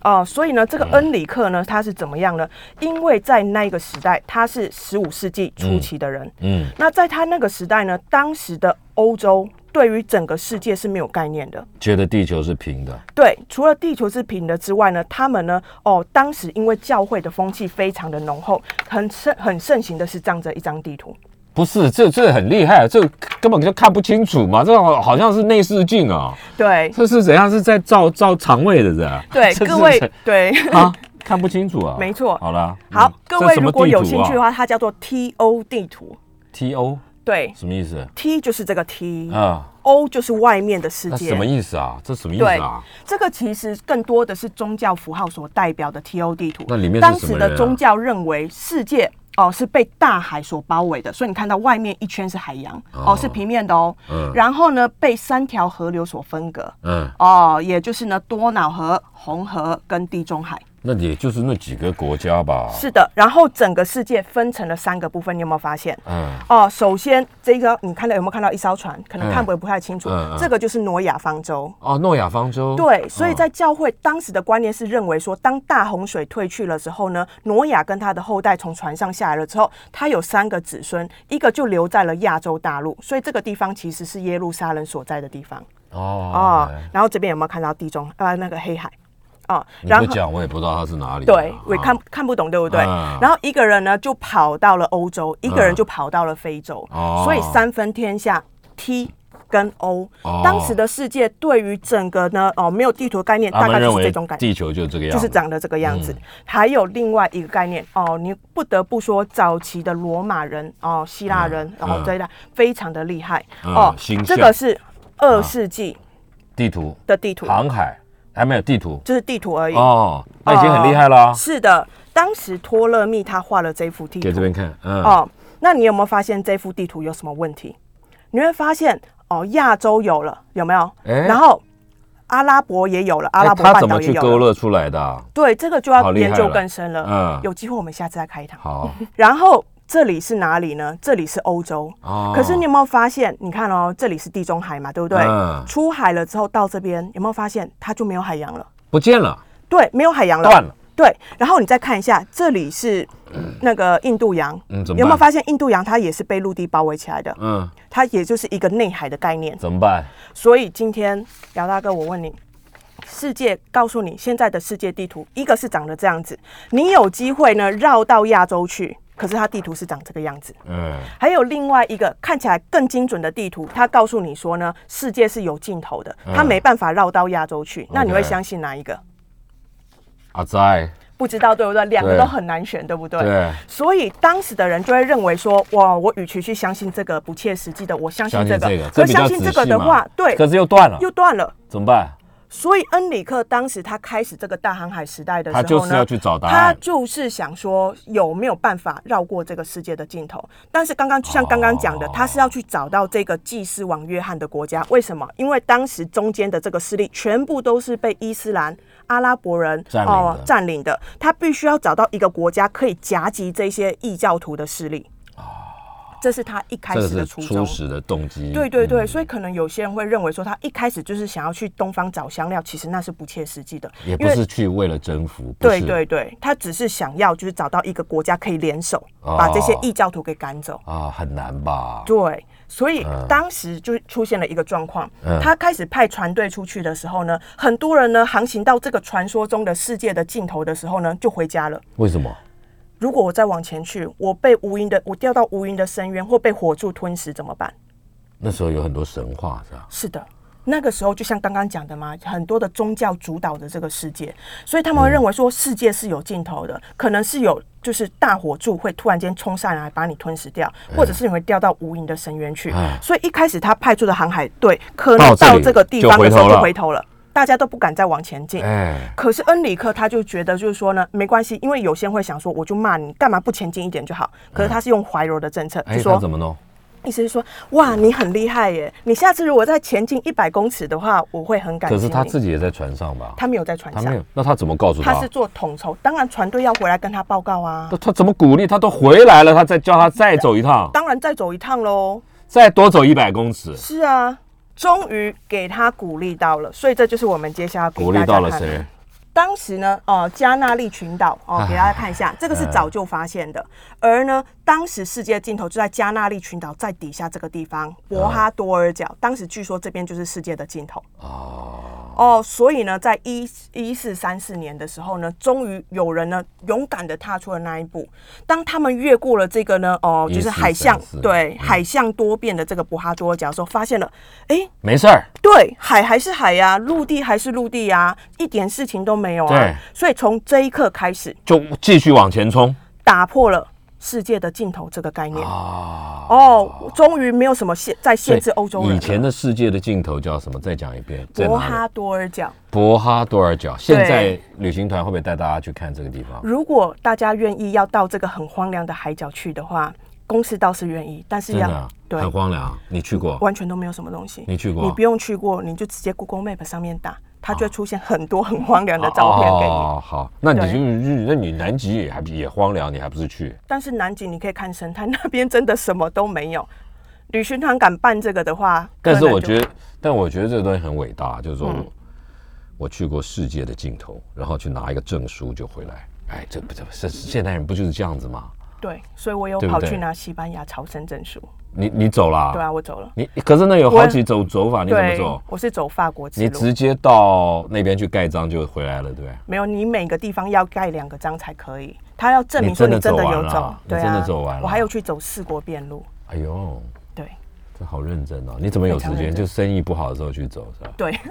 哦，所以呢，这个恩里克呢，他是怎么样呢？因为在那个时代，他是十五世纪初期的人。
嗯，
那在他那个时代呢，当时的欧洲对于整个世界是没有概念的。
觉得地球是平的，
对，除了地球是平的之外呢，他们呢，哦，当时因为教会的风气非常的浓厚，很盛很盛行的是这样子一张地图。
不是，这这很厉害，啊这根本就看不清楚嘛，这好好像是内视镜啊，
对
这是怎样是在照照肠胃的是吧？
对，
这是
各位
谁
对。
啊，看不清楚啊，
没错
好啦，
好
嗯，
各
这
位
什么
如果
地
有
图
兴趣的
啊
话，它叫做 TO 地图。
，T O
对
什么意思
，T 就是这个 T，
啊？
O 就是外面的世
那
界，
什么意思啊？这什么意思啊？
这个其实更多的是宗教符号所代表的 T O 地图。
那里面是
当
什
时
么人啊
的宗教认为世界哦、是被大海所包围的，所以你看到外面一圈是海洋哦、
哦
是平面的哦。
嗯
然后呢，被三条河流所分隔
嗯，
哦、也就是呢多瑙河、红河跟地中海。
那也就是那几个国家吧。
是的，然后整个世界分成了三个部分，你有没有发现？
嗯，
哦，首先这个你看到有没有看到一艘船？可能
嗯
看不不太清楚，
嗯嗯
这个就是挪亚方舟。
哦，诺亚方舟。哦
对，所以在教会当时的观念是认为说，当大洪水退去了之后呢，挪亚跟他的后代从船上下来了之后，他有三个子孙，一个就留在了亚洲大陆，所以这个地方其实是耶路撒冷所在的地方
哦
哦。然后这边有没有看到地中呃那个黑海？哦，
你
然
不
后
讲我也不知道它是哪里啊。
对，我也
啊
看看不懂，对不对？
嗯
然后一个人呢就跑到了欧洲，一个人
嗯
就跑到了非洲，
哦
所以三分天下 T。跟 O，、
哦
当时的世界对于整个呢哦没有地图概念，
他
大概
们
就
认
是
为
这种感觉，
地啊嗯球就是这个样
就
子，
是长得这个样子。还有另外一个概念哦，你不得不说早期的罗马人哦、希腊人，然后
嗯
这一代非常的厉害、
嗯
哦
形。
这
象
个是二世纪
地图、
的地图，
航海还没有地图
就是地图而已。
哦，那已经很厉害了啊。
是的，当时托勒密他画了这幅地
给这
图
边看，嗯，
哦。那你有没有发现这幅地图有什么问题？你会发现哦，亚洲有了，有没有？
哎
然后阿拉伯也有了，阿
哎
拉伯
他
半
怎么
岛也
去
有
勾
了。
勒出来的啊？
对，这个就
好
要
厉害
研究
了
更深了。
嗯
有机会我们下次再开一堂。
好
然后这里是哪里呢？这里是欧洲。
哦
可是你有没有发现？你看哦，这里是地中海嘛，对不对？
嗯
出海了之后到这边，有没有发现它就没有海洋了？
不见了，
对，没有海洋了，
断了。
对，然后你再看一下，这里是那个印度洋，
嗯怎么办
有没有发现印度洋它也是被陆地包围起来的？
嗯，
它也就是一个内海的概念。
怎么办？
所以今天姚大哥，我问你，世界告诉你现在的世界地图，一个是长得这样子，你有机会呢绕到亚洲去，可是它地图是长这个样子。
嗯，
还有另外一个看起来更精准的地图，它告诉你说呢，世界是有尽头的，它
嗯
没办法绕到亚洲去。那你会
OK
相信哪一个？
阿在，
不知道对不对？两个
对
都很难选，对不对？
对，
所以当时的人就会认为说，哇，我与其去相信这个不切实际的，我相信
相
这
信这个，
个。可
比
相
较
信
仔
这个
细
的
嘛
话，对，
可是又断了，
又断了。
怎么办？
所以恩里克当时他开始这个大航海时代的时候呢，
他就是要去找答案
他就是想说有没有办法绕过这个世界的尽头。但是刚刚就像刚刚讲的，
哦
他是要去找到这个祭司王约翰的国家。为什么？因为当时中间的这个势力全部都是被伊斯兰。阿拉伯人哦
占领的
占领的，他必须要找到一个国家可以夹击这些异教徒的势力。这是他一
哦
开
这个
始
是
的初衷
初。始的动机。
对
嗯
对对，所以可能有些人会认为说，他一开始就是想要去东方找香料，其实那是不切实际的，
也不
因为
是去为了征服，不
对
是
对对，他只是想要就是找到一个国家可以联手、
哦
把这些异教徒给赶走。
啊，很难吧？
对，所以当时就出现了一个状况，
嗯
他开始派船队出去的时候呢，很多人呢航行到这个传说中的世界的尽头的时候呢，就回家了。
为什么？
如果我再往前去，我被无垠的，我掉到无垠的深渊，或被火柱吞食怎么办？
那时候有很多神话是吧？
是的，那个时候就像刚刚讲的嘛，很多的宗教主导着这个世界，所以他
嗯
们会认为说世界是有尽头的，可能是有就是大火柱会突然间冲上来把你吞噬掉，或者是你会掉到无垠的深渊去。
哎
所以一开始他派出的航海队可
到
能
这里
到这个地方的时
就回
候
头了
就回头了。大家都不敢再往前进。
哎，
可是恩里克他就觉得，就是说呢，没关系，因为有些人会想说，我就骂你，干嘛不前进一点就好？可是他是用怀柔的政策，
嗯哎，
就
他
说
怎么弄？
意思是说，哇，你很厉害耶！你下次如果再前进一百公尺的话，我会很感谢
可
你。
是他自己也在船上吧？
他没有在船
他没
上，
有，那他怎么告诉
他
他？
是做统筹，当然船队要回来跟他报告啊
那。他怎么鼓励他都回来了，他再叫他再走一趟，
当然再走一趟喽。
再多走一百公尺，
是啊，终于给他鼓励到了，所以这就是我们接下来要给
鼓
大
励
家
到了
看的
谁？
当时呢，呃，加纳利群岛哦、给大家看一下，这个是早就发现的。而呢，当时世界尽头就在加纳利群岛在底下这个地方，博哈多尔角。当时据说这边就是世界的尽头。哦，所以呢，在一一四三四年的时候呢，终于有人呢勇敢的踏出了那一步。当他们越过了这个呢，哦、就是海象
1434，
对、海象多变的这个博哈多尔角的时候，发现了，哎、
没事儿，
对，海还是海呀、陆地还是陆地呀、一点事情都没有啊
对。
所以从这一刻开始，
就继续往前冲
打破了世界的尽头这个概念。
啊！
哦，终于没有什么限在限制欧洲人了。
以前的世界的尽头叫什么？再讲一遍，在
博
哪
哈
里？
多尔角，
博哈多尔角。现在旅行团会不会带大家去看这个地方？
如果大家愿意要到这个很荒凉的海角去的话，公司倒是愿意，但是
真
要、
的啊
对
很荒凉，你去过？
完全都没有什么东西。
你去过啊
你不用去过，你就直接 Google Map 上面打，它就会出现很多很荒凉的照片给你。
哦，好，那你
对
就那你南极也还也荒凉，你还不是去？
但是南极你可以看生态，那边真的什么都没有。 旅行团敢办这个的话，
但是
可能
我
就嗯
觉得，但我觉得这个东西很伟大，就是说我、我去过世界的尽头，然后去拿一个证书就回来。哎，这不这不这现代人不就是这样子吗？
对，所以我有
对不
跑
对
去拿西班牙朝圣证书。
你你走啦？
对啊，我走了。
你可是那有
我
好几种走法，你怎么
对
走？，
我是走法国之
你
路
直，接到那边去盖章就回来了，对不对？
没有你每个地方要盖两个章才可以，他要证明
你
说
真的
你真的
走完
有
了
走，对啊，
你真的走完了
我还有去走四国遍路，
哎呦，
对
这好认真哦！你怎么有时
非常
间？
认
就
真
生意不好的时候去走是吧？
对。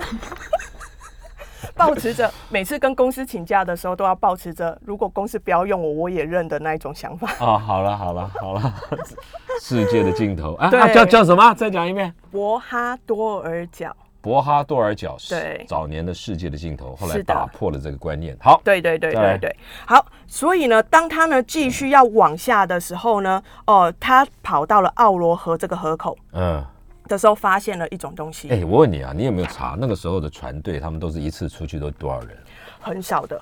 保持着每次跟公司请假的时候，都要保持着如果公司不要用我，我也认的那一种想法。
哦，好了好了好了， 世界的尽头啊！
对
啊叫叫什么？再讲一遍。
博哈多尔角，
博哈多尔角是
对
早年的世界的尽头，后来
是的
打破了这个观念。好，
对对对
再来
对对，好，所以呢，当他呢继续要往下的时候呢，哦、他跑到了奥罗河这个河口
嗯，
的时候，发现了一种东西，
哎、我问你啊，你有没有查那个时候的船队，他们都是一次出去都多少人？
很少的，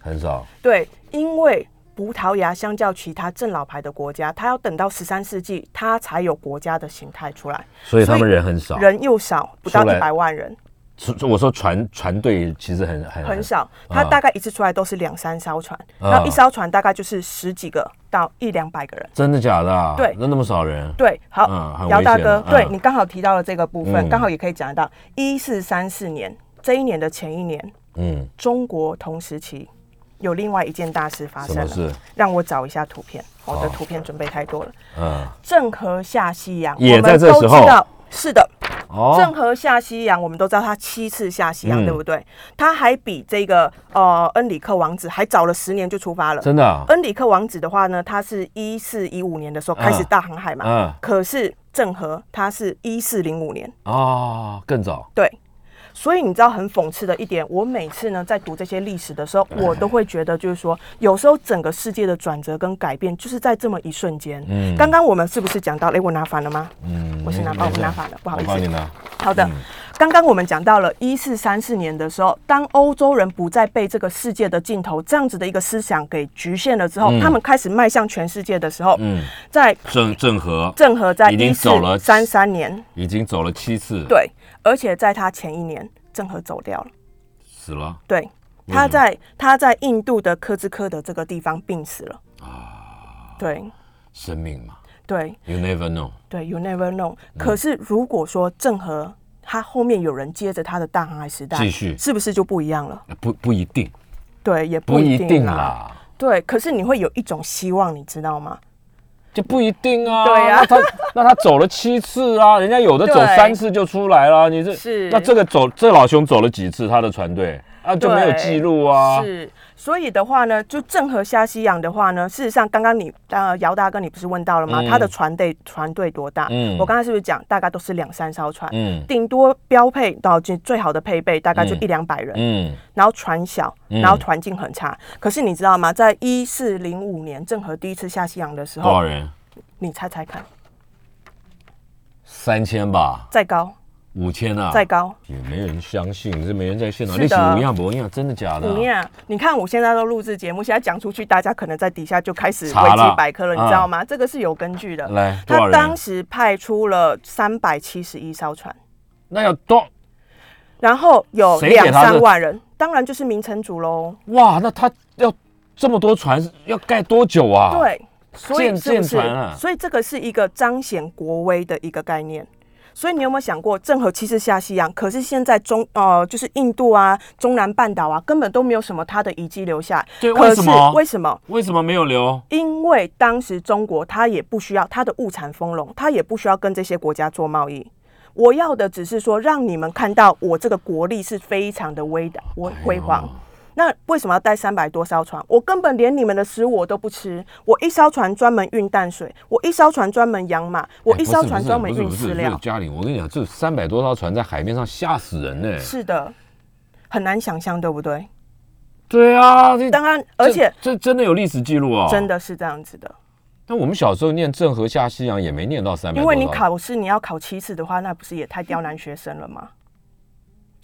很少。
对，因为葡萄牙相较其他正老牌的国家，它要等到十三世纪，它才有国家的形态出来，
所以他们人很少，
人又少，不到
出来
一百万人，
所所以我说船船队其实很很
很少，它
啊
大概一次出来都是两三艘船，
啊
然后一艘船大概就是十几个到一两百个人。
真的假的、啊？
对
那那么少人？
对，
嗯
好
很，
姚、
危
大
险
哥，
啊嗯
对你刚好提到了这个部分，
嗯
刚、好也可以讲到一四三四年这一年的前一年，
嗯，
中国同时期有另外一件大事发生
什么事哦
了。让我找一下图片，我的图片准备太多了。
嗯，
郑和下西洋，
也
我
在
们
这
都
时
知
候
道，是的，郑
哦，
和下西洋，我们都知道他七次下西洋，
嗯
对不对？他还比这个呃恩里克王子还早了十年就出发了。
真的啊、
恩里克王子的话呢，他是一四一五年的时候开始
嗯
大航海嘛，
嗯
可是郑和他是一四零五年，
哦，更早，
对。所以你知道很讽刺的一点，我每次呢在读这些历史的时
嗯
候，我都会觉得就是说，有时候整个世界的转折跟改变就是在这么一瞬间。嗯，刚刚我们是不是讲到？哎，我拿反了吗？
嗯，
我是拿
没
包，
事
我拿反了，不好意
我帮你嗯
思。
拿。
好的，刚刚我们讲到了一四三四年的时候，当欧洲人不再被这个世界的尽头这样子的一个思想给局限了之后，他们开始迈向全世界的时候，
嗯，
在
郑郑和
郑和在
已
一
经
四
走了
三三年，
已经走了七次，，
对，而且在他前一年，郑和走掉了。
死了。
对，
什么
他在他在印度的科兹科的这个地方病死了。啊，对
生命嘛
对
，You never know。
对，You never
嗯
know。可是如果说郑和他后面有人接着他的大航海时代
继续
是不是就不一样了？
哎不不一定，
对，也
不
不
一
一
定啊
定啊
啦，
对，可是你会有一种希望，你知道吗？
就不一定啊。
对啊
那他那他走了七次啊，人家有的走
对
三次就出来了，你这
是
那这个走这老兄走了几次？他的船队啊，就没有
对
记录啊。
是，所以的话呢，就郑和下西洋的话呢，事实上刚刚你呃姚大哥你不是问到了吗？
嗯
他的船队船队多大？
嗯
我刚才是不是讲大概都是两三艘船？
嗯
顶多标配到最最好的配备大概就
嗯
一两百人，
嗯
然后船小，
嗯
然后环境很差。可是你知道吗？在一四零五年郑和第一次下西洋的时
多少
候，
人？
你猜猜看，
三千吧，
再高
五千啊，
再高，
也没人相信，这没人在现场。
是
历史
的
无样不一样，真的假的
你
啊？
呀、你看我现在都录制节目，现在讲出去，大家可能在底下就开始维
查了嗯
基百科了，你知道吗？这个是有根据的。
来多少
他
人
当时派出了三百七十一艘船，
那要多
然后有
谁给他
两
的
三万人，当然就是明成族喽。
哇？那他要这么多船要盖多久啊？，
对，所以
建
是不
建
是
船啊？
所以这个是一个彰显国威的一个概念。所以你有没有想过，郑和七次下西洋，可是现在中呃，就是印度啊、中南半岛啊，根本都没有什么他的遗迹留下来。
对
可
为
是
什么
为什么？
为什么没有留？
因为当时中国它也不需要它的物产丰隆，它也不需要跟这些国家做贸易。我要的只是说，让你们看到我这个国力是非常的威的，我
哎
辉煌。那为什么要带三百多艘船？我根本连你们的食物我都不吃。我一艘船专门运淡水，我一艘船专门养马，我
哎
一
不
艘
是
船
不是
专门
不是
运
不是
饲
不是
料。
嘉玲，我跟你讲，这三百多艘船在海面上吓死人呢、
是的，很难想象，对不对？
对啊，这
当然，而且
这这真的有历史记录哦。
真。的是这样子的，
但我们小时候念郑和下西洋也没念到三百
因
多艘，
为你考试你要考七次的话，那不是也太刁难学生了吗？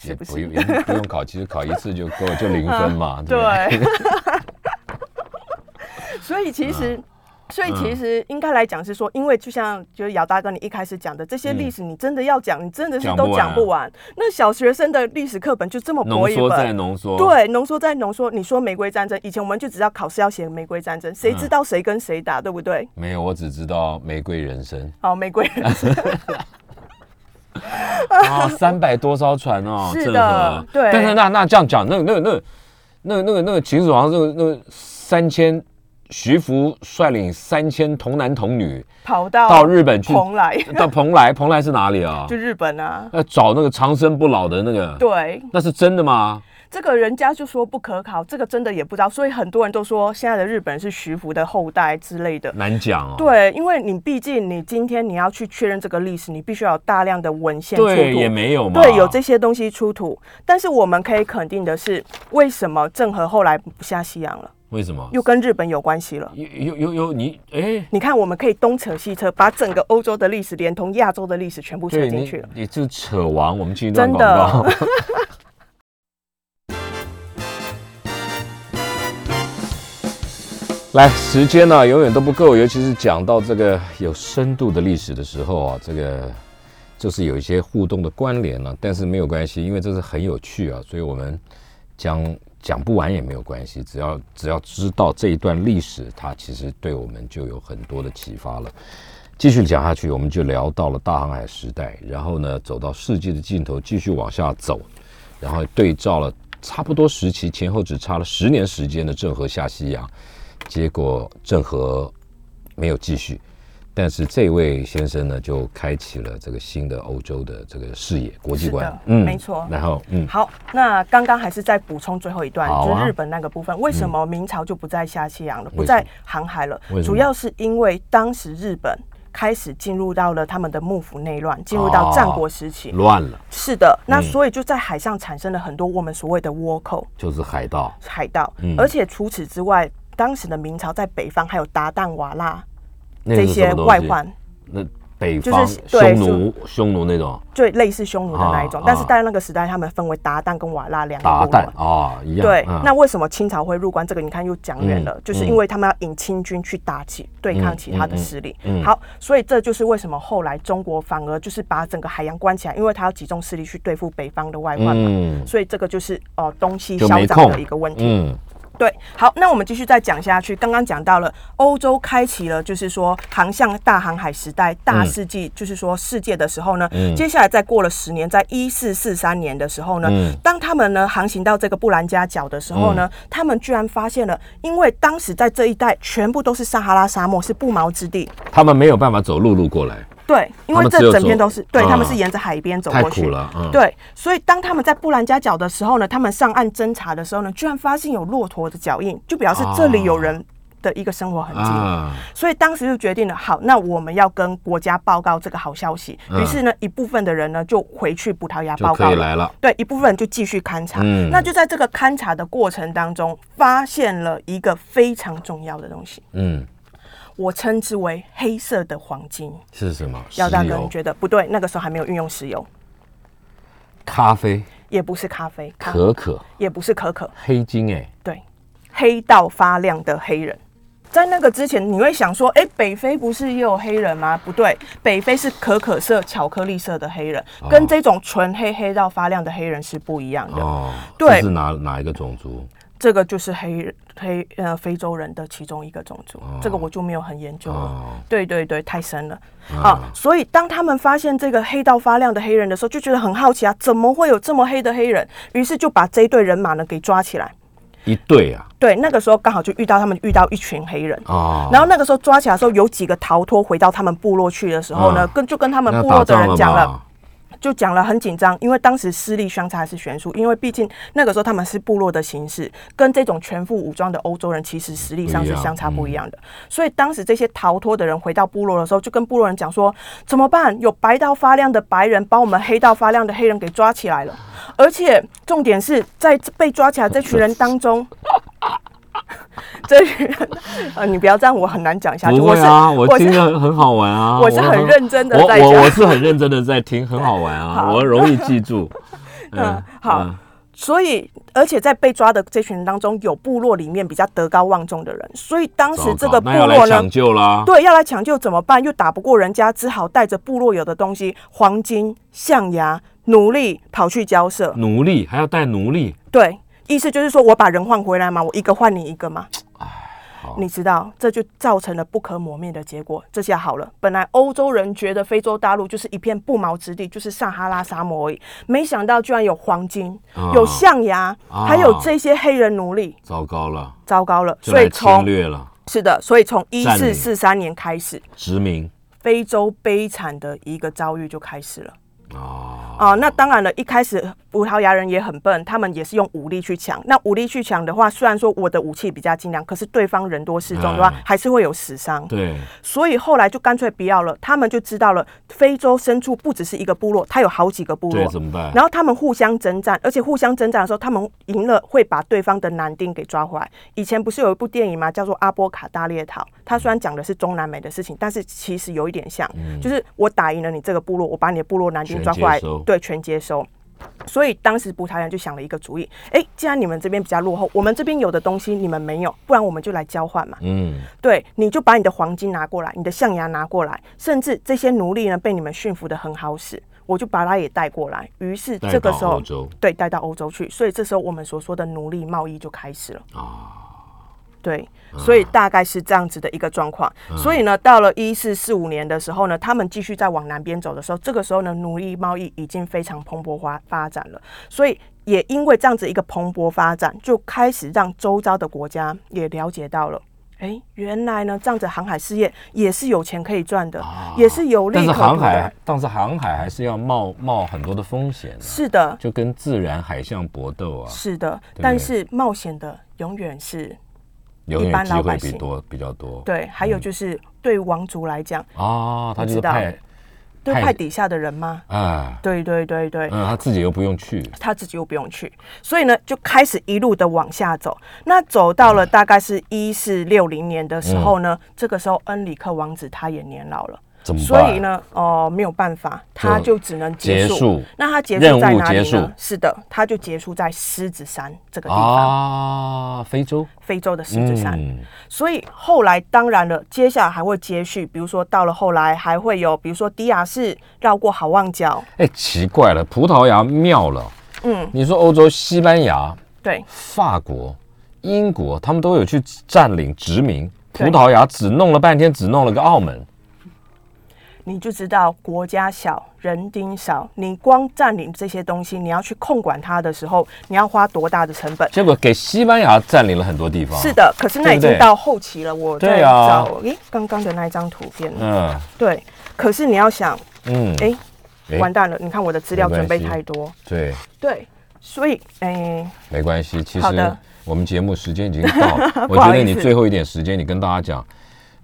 也
是不
不
是
用？也不不用考，其实考一次就够，就零分嘛。不，
对， 所以其实。
嗯
所以其实应该来讲是说，因为就像就是姚大哥你一开始讲的，这些历史你真的要讲，你真的是都
嗯讲
讲
不
不
完
完。那小学生的历史课本就这么薄
浓
一
缩再
本，
浓缩。，
对，浓缩再浓缩。你说玫瑰战争，以前我们就只要考试要写玫瑰战
嗯
争，谁知道谁跟谁打，对不对？
没有，我只知道玫瑰人生。
好，玫瑰 人生
啊，三百多艘船哦，
是
郑
的
和
对
但是那那这样讲，那个那个那个那个那个那个秦始皇那个那个三千，徐福率领三千童男童女
跑到
到日本去，
蓬莱，
到蓬莱，蓬莱是哪里啊
就？日本啊。
要找那个长生不老的那个，
对，
那是真的吗？
这个人家就说不可考，这个真的也不知道，所以很多人都说现在的日本是徐福的后代之类的。
难讲哦。
对，因为你毕竟你今天你要去确认这个历史，你必须要有大量的文献出土，
对，也没有嘛。
对有这些东西出土。但是我们可以肯定的是，为什么郑和后来不下西洋了，
为什么？
又跟日本有关系了？
有有有有你哎，
你看，我们可以东扯西扯，把整个欧洲的历史连同亚洲的历史全部扯
对
进
你
去了。
你这扯完，我们去一段
真
广
的
告。来，时间呢、永远都不够，尤其是讲到这个有深度的历史的时候啊，这个就是有一些互动的关联了、但是没有关系，因为这是很有趣啊，所以我们讲讲不完也没有关系，只要只要知道这一段历史，它其实对我们就有很多的启发了。继续讲下去，我们就聊到了大航海时代，然后呢，走到世界的尽头，继续往下走，然后对照了差不多时期，前后只差了十年时间的郑和下西洋，结果郑和没有继续，但是这位先生呢，就开启了这个新的欧洲的这个视野、国际
是
观
的，没错
然后，嗯，
好，那刚刚还是再补充最后一段，
好啊
就是日本那个部分，为什么明朝就不再下西洋了，
为什么
不再航海了
为什么？
主要是因为当时日本开始进入到了他们的幕府内乱，进入到战国时期。
乱了，
是的，那
啊嗯
所以就在海上产生了很多我们所谓的倭寇
就是海盗，
海盗，
嗯
而且除此之外，当时的明朝在北方还有鞑靼、瓦剌
那
这
是什
些
么东西
外，患，
那北
就是
方
对
匈奴、匈奴那种
就类似匈奴的那一种
啊。
但是
啊
在那个时代，他们分为鞑靼跟瓦剌两个
鞑
部
靼
落。
啊，一样，
对，
嗯
那为什么清朝会入关？这个你看又讲远了，
嗯
就是因为他们要引清军去打击、对抗其他的势力。
嗯嗯嗯
好，所以这就是为什么后来中国反而就是把整个海洋关起来，因为他要集中势力去对付北方的外患嘛。
嗯
所以这个就是哦、呃东西
就
消
没
长
空
的一个问题。
嗯，
对，好，那我们继续再讲下去。刚刚讲到了欧洲开启了，就是说航向大航海时代、大世纪，就是说世界的时候呢，
嗯
接下来再过了十年，在一四四三年的时候呢，
嗯
当他们呢航行到这个布兰加角的时候呢，他们居然发现了，因为当时在这一带全部都是撒哈拉沙漠，是不毛之地，
他们没有办法走陆路过来，
对，因
他
为
们只
这
有
整
走
片都是对，
啊
他们是沿着海边走
太
过去。
苦了，嗯，，
对，所以当他们在布兰加角的时候呢，他们上岸侦查的时候呢，居然发现有骆驼的脚印，就表示这里有人的一个生活痕迹。
啊，
所以当时就决定了，好，那我们要跟国家报告这个好消息。
嗯
于是呢，一部分的人呢就回去葡萄牙
就
报
可
告
以
了。
来了，
对，一部分人就继续勘察。
嗯
那就在这个勘察的过程当中，发现了一个非常重要的东西，
嗯，
我称之为黑色的黄金。
是什么？
要大
石
哥
油
你觉得不对，那个时候还没有运用石油，
咖啡、
也不是咖啡，咖
可可、
也不是可可，
黑金，哎，
对，黑到发亮的黑人。在那个之前，你会想说，哎、北非不是也有黑人吗？不对，北非是可可色、巧克力色的黑人，
哦
跟这种纯黑黑到发亮的黑人是不一样的。
哦，
对
这是哪哪一个种族？
这个就是黑黑呃非洲人的其中一个种族，这个我就没有很研究了。
哦嗯
对对对，太深了啊！所以当他们发现这个黑到发亮的黑人的时候，就觉得很好奇啊，怎么会有这么黑的黑人？于是就把这一队人马呢给抓起来。
一对啊，
对，那个时候刚好就遇到他们遇到一群黑人。
哦，
然后那个时候抓起来的时候，有几个逃脱回到他们部落去的时候呢，
嗯
跟就跟他们
那
部
打
落的
仗
人
了
讲了，
嘛，
就讲了很紧张，因为当时势力相差是悬殊，因为毕竟那个时候他们是部落的形式，跟这种全副武装的欧洲人其实实力上是相差不一样的。
嗯
所以当时这些逃脱的人回到部落的时候，就跟部落人讲说：怎么办？有白到发亮的白人把我们黑到发亮的黑人给抓起来了，而且重点是在被抓起来这群人当中。 这群人，呃，你不要这样，我很难讲下去。
不会啊，
我
我
是我
听
是
着很好玩啊，
我是很认真地
我
在
我
讲
我是很认真的在 听，很好玩啊，
好
我容易记 住。
嗯，好，
嗯
所以，而且在被抓的这群人当中，有部落里面比较德高望重的人，所以当时这
糟糕
个部
那要来
落呢
抢，救啦，
对，要来抢救怎么办？又打不过人家，只好带着部落有的东西，黄金、象牙、奴隶，跑去交涉。
奴隶还要带奴隶，
对，意思就是说我把人换回来嘛，我一个换你一个嘛。你知道，这就造成了不可磨灭的结果。这下好了，本来欧洲人觉得非洲大陆就是一片不毛之地，就是撒哈拉沙漠而已，没想到居然有黄金、
啊
有象牙，
啊
还有这些黑人奴隶。
糟糕了，
糟糕了，
就
所以
来侵
从
略了，
是的，所以从一
占领
四四三年开始，
殖民
非洲悲惨的一个遭遇就开始了。
啊，
啊、那当然了，一开始葡萄牙人也很笨，他们也是用武力去抢。那武力去抢的话，虽然说我的武器比较精良，可是对方人多势众的话
嗯，
还是会有死伤。
对，
所以后来就干脆不要了，他们就知道了，非洲深处不只是一个部落，它有好几个部
对，
落。
怎么办？
然后他们互相征战，而且互相征战的时候，他们赢了会把对方的男丁给抓回来。以前不是有一部电影嘛，叫做《阿波卡大猎逃》，它虽然讲的是中南美的事情，但是其实有一点像，就是我打赢了你这个部落，我把你的部落男丁
嗯全
抓回来
接收，
对，全接收。所以当时葡萄牙就想了一个主意，哎，既然你们这边比较落后，我们这边有的东西你们没有，不然我们就来交换嘛。
嗯，
对，你就把你的黄金拿过来，你的象牙拿过来，甚至这些奴隶呢被你们驯服的很好使，我就把他也带过来。于是
带
这个
到
时候
欧洲，
对，带到欧洲去。所以这时候我们所说的奴隶贸易就开始了啊。对，所
嗯
以大概是这样子的一个状况。所以呢，到了一四四五年的时候呢，他们继续再往南边走的时候，这个时候呢，奴隶贸易已经非常蓬勃发发展了。所以也因为这样子一个蓬勃发展，就开始让周遭的国家也了解到了。哎，原来呢，这样子航海事业也是有钱可以赚的，也是有利
啊但是
可
航
图的
海。，但是航海还是要冒冒很多的风险啊，
是的，
就跟自然海象搏斗啊，
是的
对，
但是冒险的永远是
永
一
远
般
机
老
会
百
比
姓
多比较多，
对。还
嗯
有就是对王族来讲，
啊，他就
我知
是
道
派
对
派
派底下的人吗？
啊，
对对对对，
嗯，他自己又不用去，
他自己又不用去，所以呢，就开始一路的往下走。那走到了大概是一四六零年的时候
嗯
呢，这个时候恩里克王子他也年老了。
怎么办？
所以呢，哦、没有办法，他
就
就只能结束。
结束
那他结束在
任务
哪
结
里
束
呢？是的，他就结束在狮子山这个地方，
啊，嗯非洲，
非洲的狮子山。所以后来当然了，接下来还会接续，比如说到了后来还会有，比如说迪亚士绕过好望角，
哎、奇怪了，葡萄牙妙了，
嗯，
你说欧洲，西班牙、
对，
法国、英国，他们都有去占领殖民，葡
对
萄牙只弄了半天，只弄了个澳门，
你就知道国家小人丁少，你光占领这些东西，你要去控管它的时候，你要花多大的成本？
结果给西班牙占领了很多地方。
是，的，可是那
啊对
已
不对
经到后期了。我
对
在
啊
找，诶，刚刚的那一张图片，
嗯，
对。可是你要想，
嗯，
哎、
哎
完蛋了，你看我的资料
没关
准备
系
太多，
对，
对，所以哎、
没关系。其
好
实
的
我们节目时间已经到了，我
不好
觉得你
意思
最后一点时间，你跟大家讲，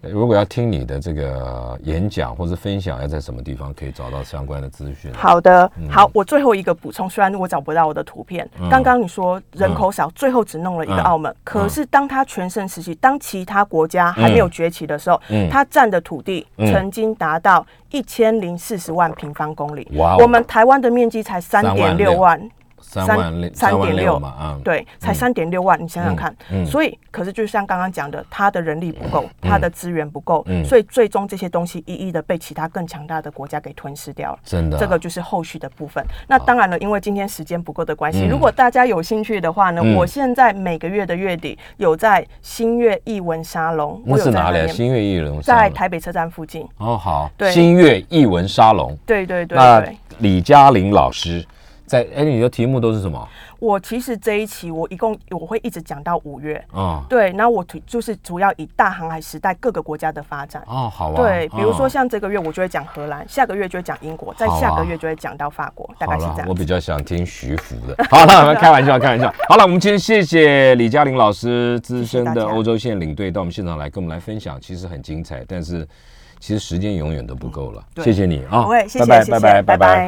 呃如果要听你的这个演讲或者分享，要在什么地方可以找到相关的资讯？
好的，
嗯
好，我最后一个补充，虽然我找不到我的图片，刚刚你说人口少，最后只弄了一
嗯
个澳门，可是当它全盛时期，当其他国家还没有崛起的时候，
嗯
它占的土地
嗯
曾经达到一千零四十万平方公里，
哇哦
我们台湾的面积才三点六万。
三嗯万六，
三
三万
点
六
六
嘛，啊，
对，才三点六万，你想想看。
嗯嗯
所以，可是就像刚刚讲的，他的人力不够，他的资源不够，
嗯
所以最终这些东西一一的被其他更强大的国家给吞噬掉了。
真的啊，
这个就是后续的部分。那当然了，因为今天时间不够的关系，
嗯
如果大家有兴趣的话呢，
嗯
我现在每个月的月底有在新月艺文沙龙，
那
我有
是
在
哪
那
里啊？
边
新月艺人
在台北车站附近。
哦，好，
对
新月艺文沙龙。
对对对
那
对，
李嘉玲老师在哎，你的题目都是什么？
我其实这一期我一共我会一直讲到五月。
嗯，
对，那我主就是主要以大航海时代各个国家的发展。
哦，好啊。
对，比如说
嗯
像这个月我就会讲荷兰，下个月就会讲英国，在
好啊
下个月就会讲到法国，大概
好
是
了
这，
我
样
比
子。
较想听徐福的。 好了，开玩笑，开玩笑。好了，我们今天谢谢李嘉玲老师，资深
谢
的
谢大家
欧洲线领队到我们现场来跟我们来分享，其实很精彩，但是其实时间永远都不够了。
嗯对
谢谢你啊，
不会，谢
拜
谢，
拜
谢谢
拜拜拜拜。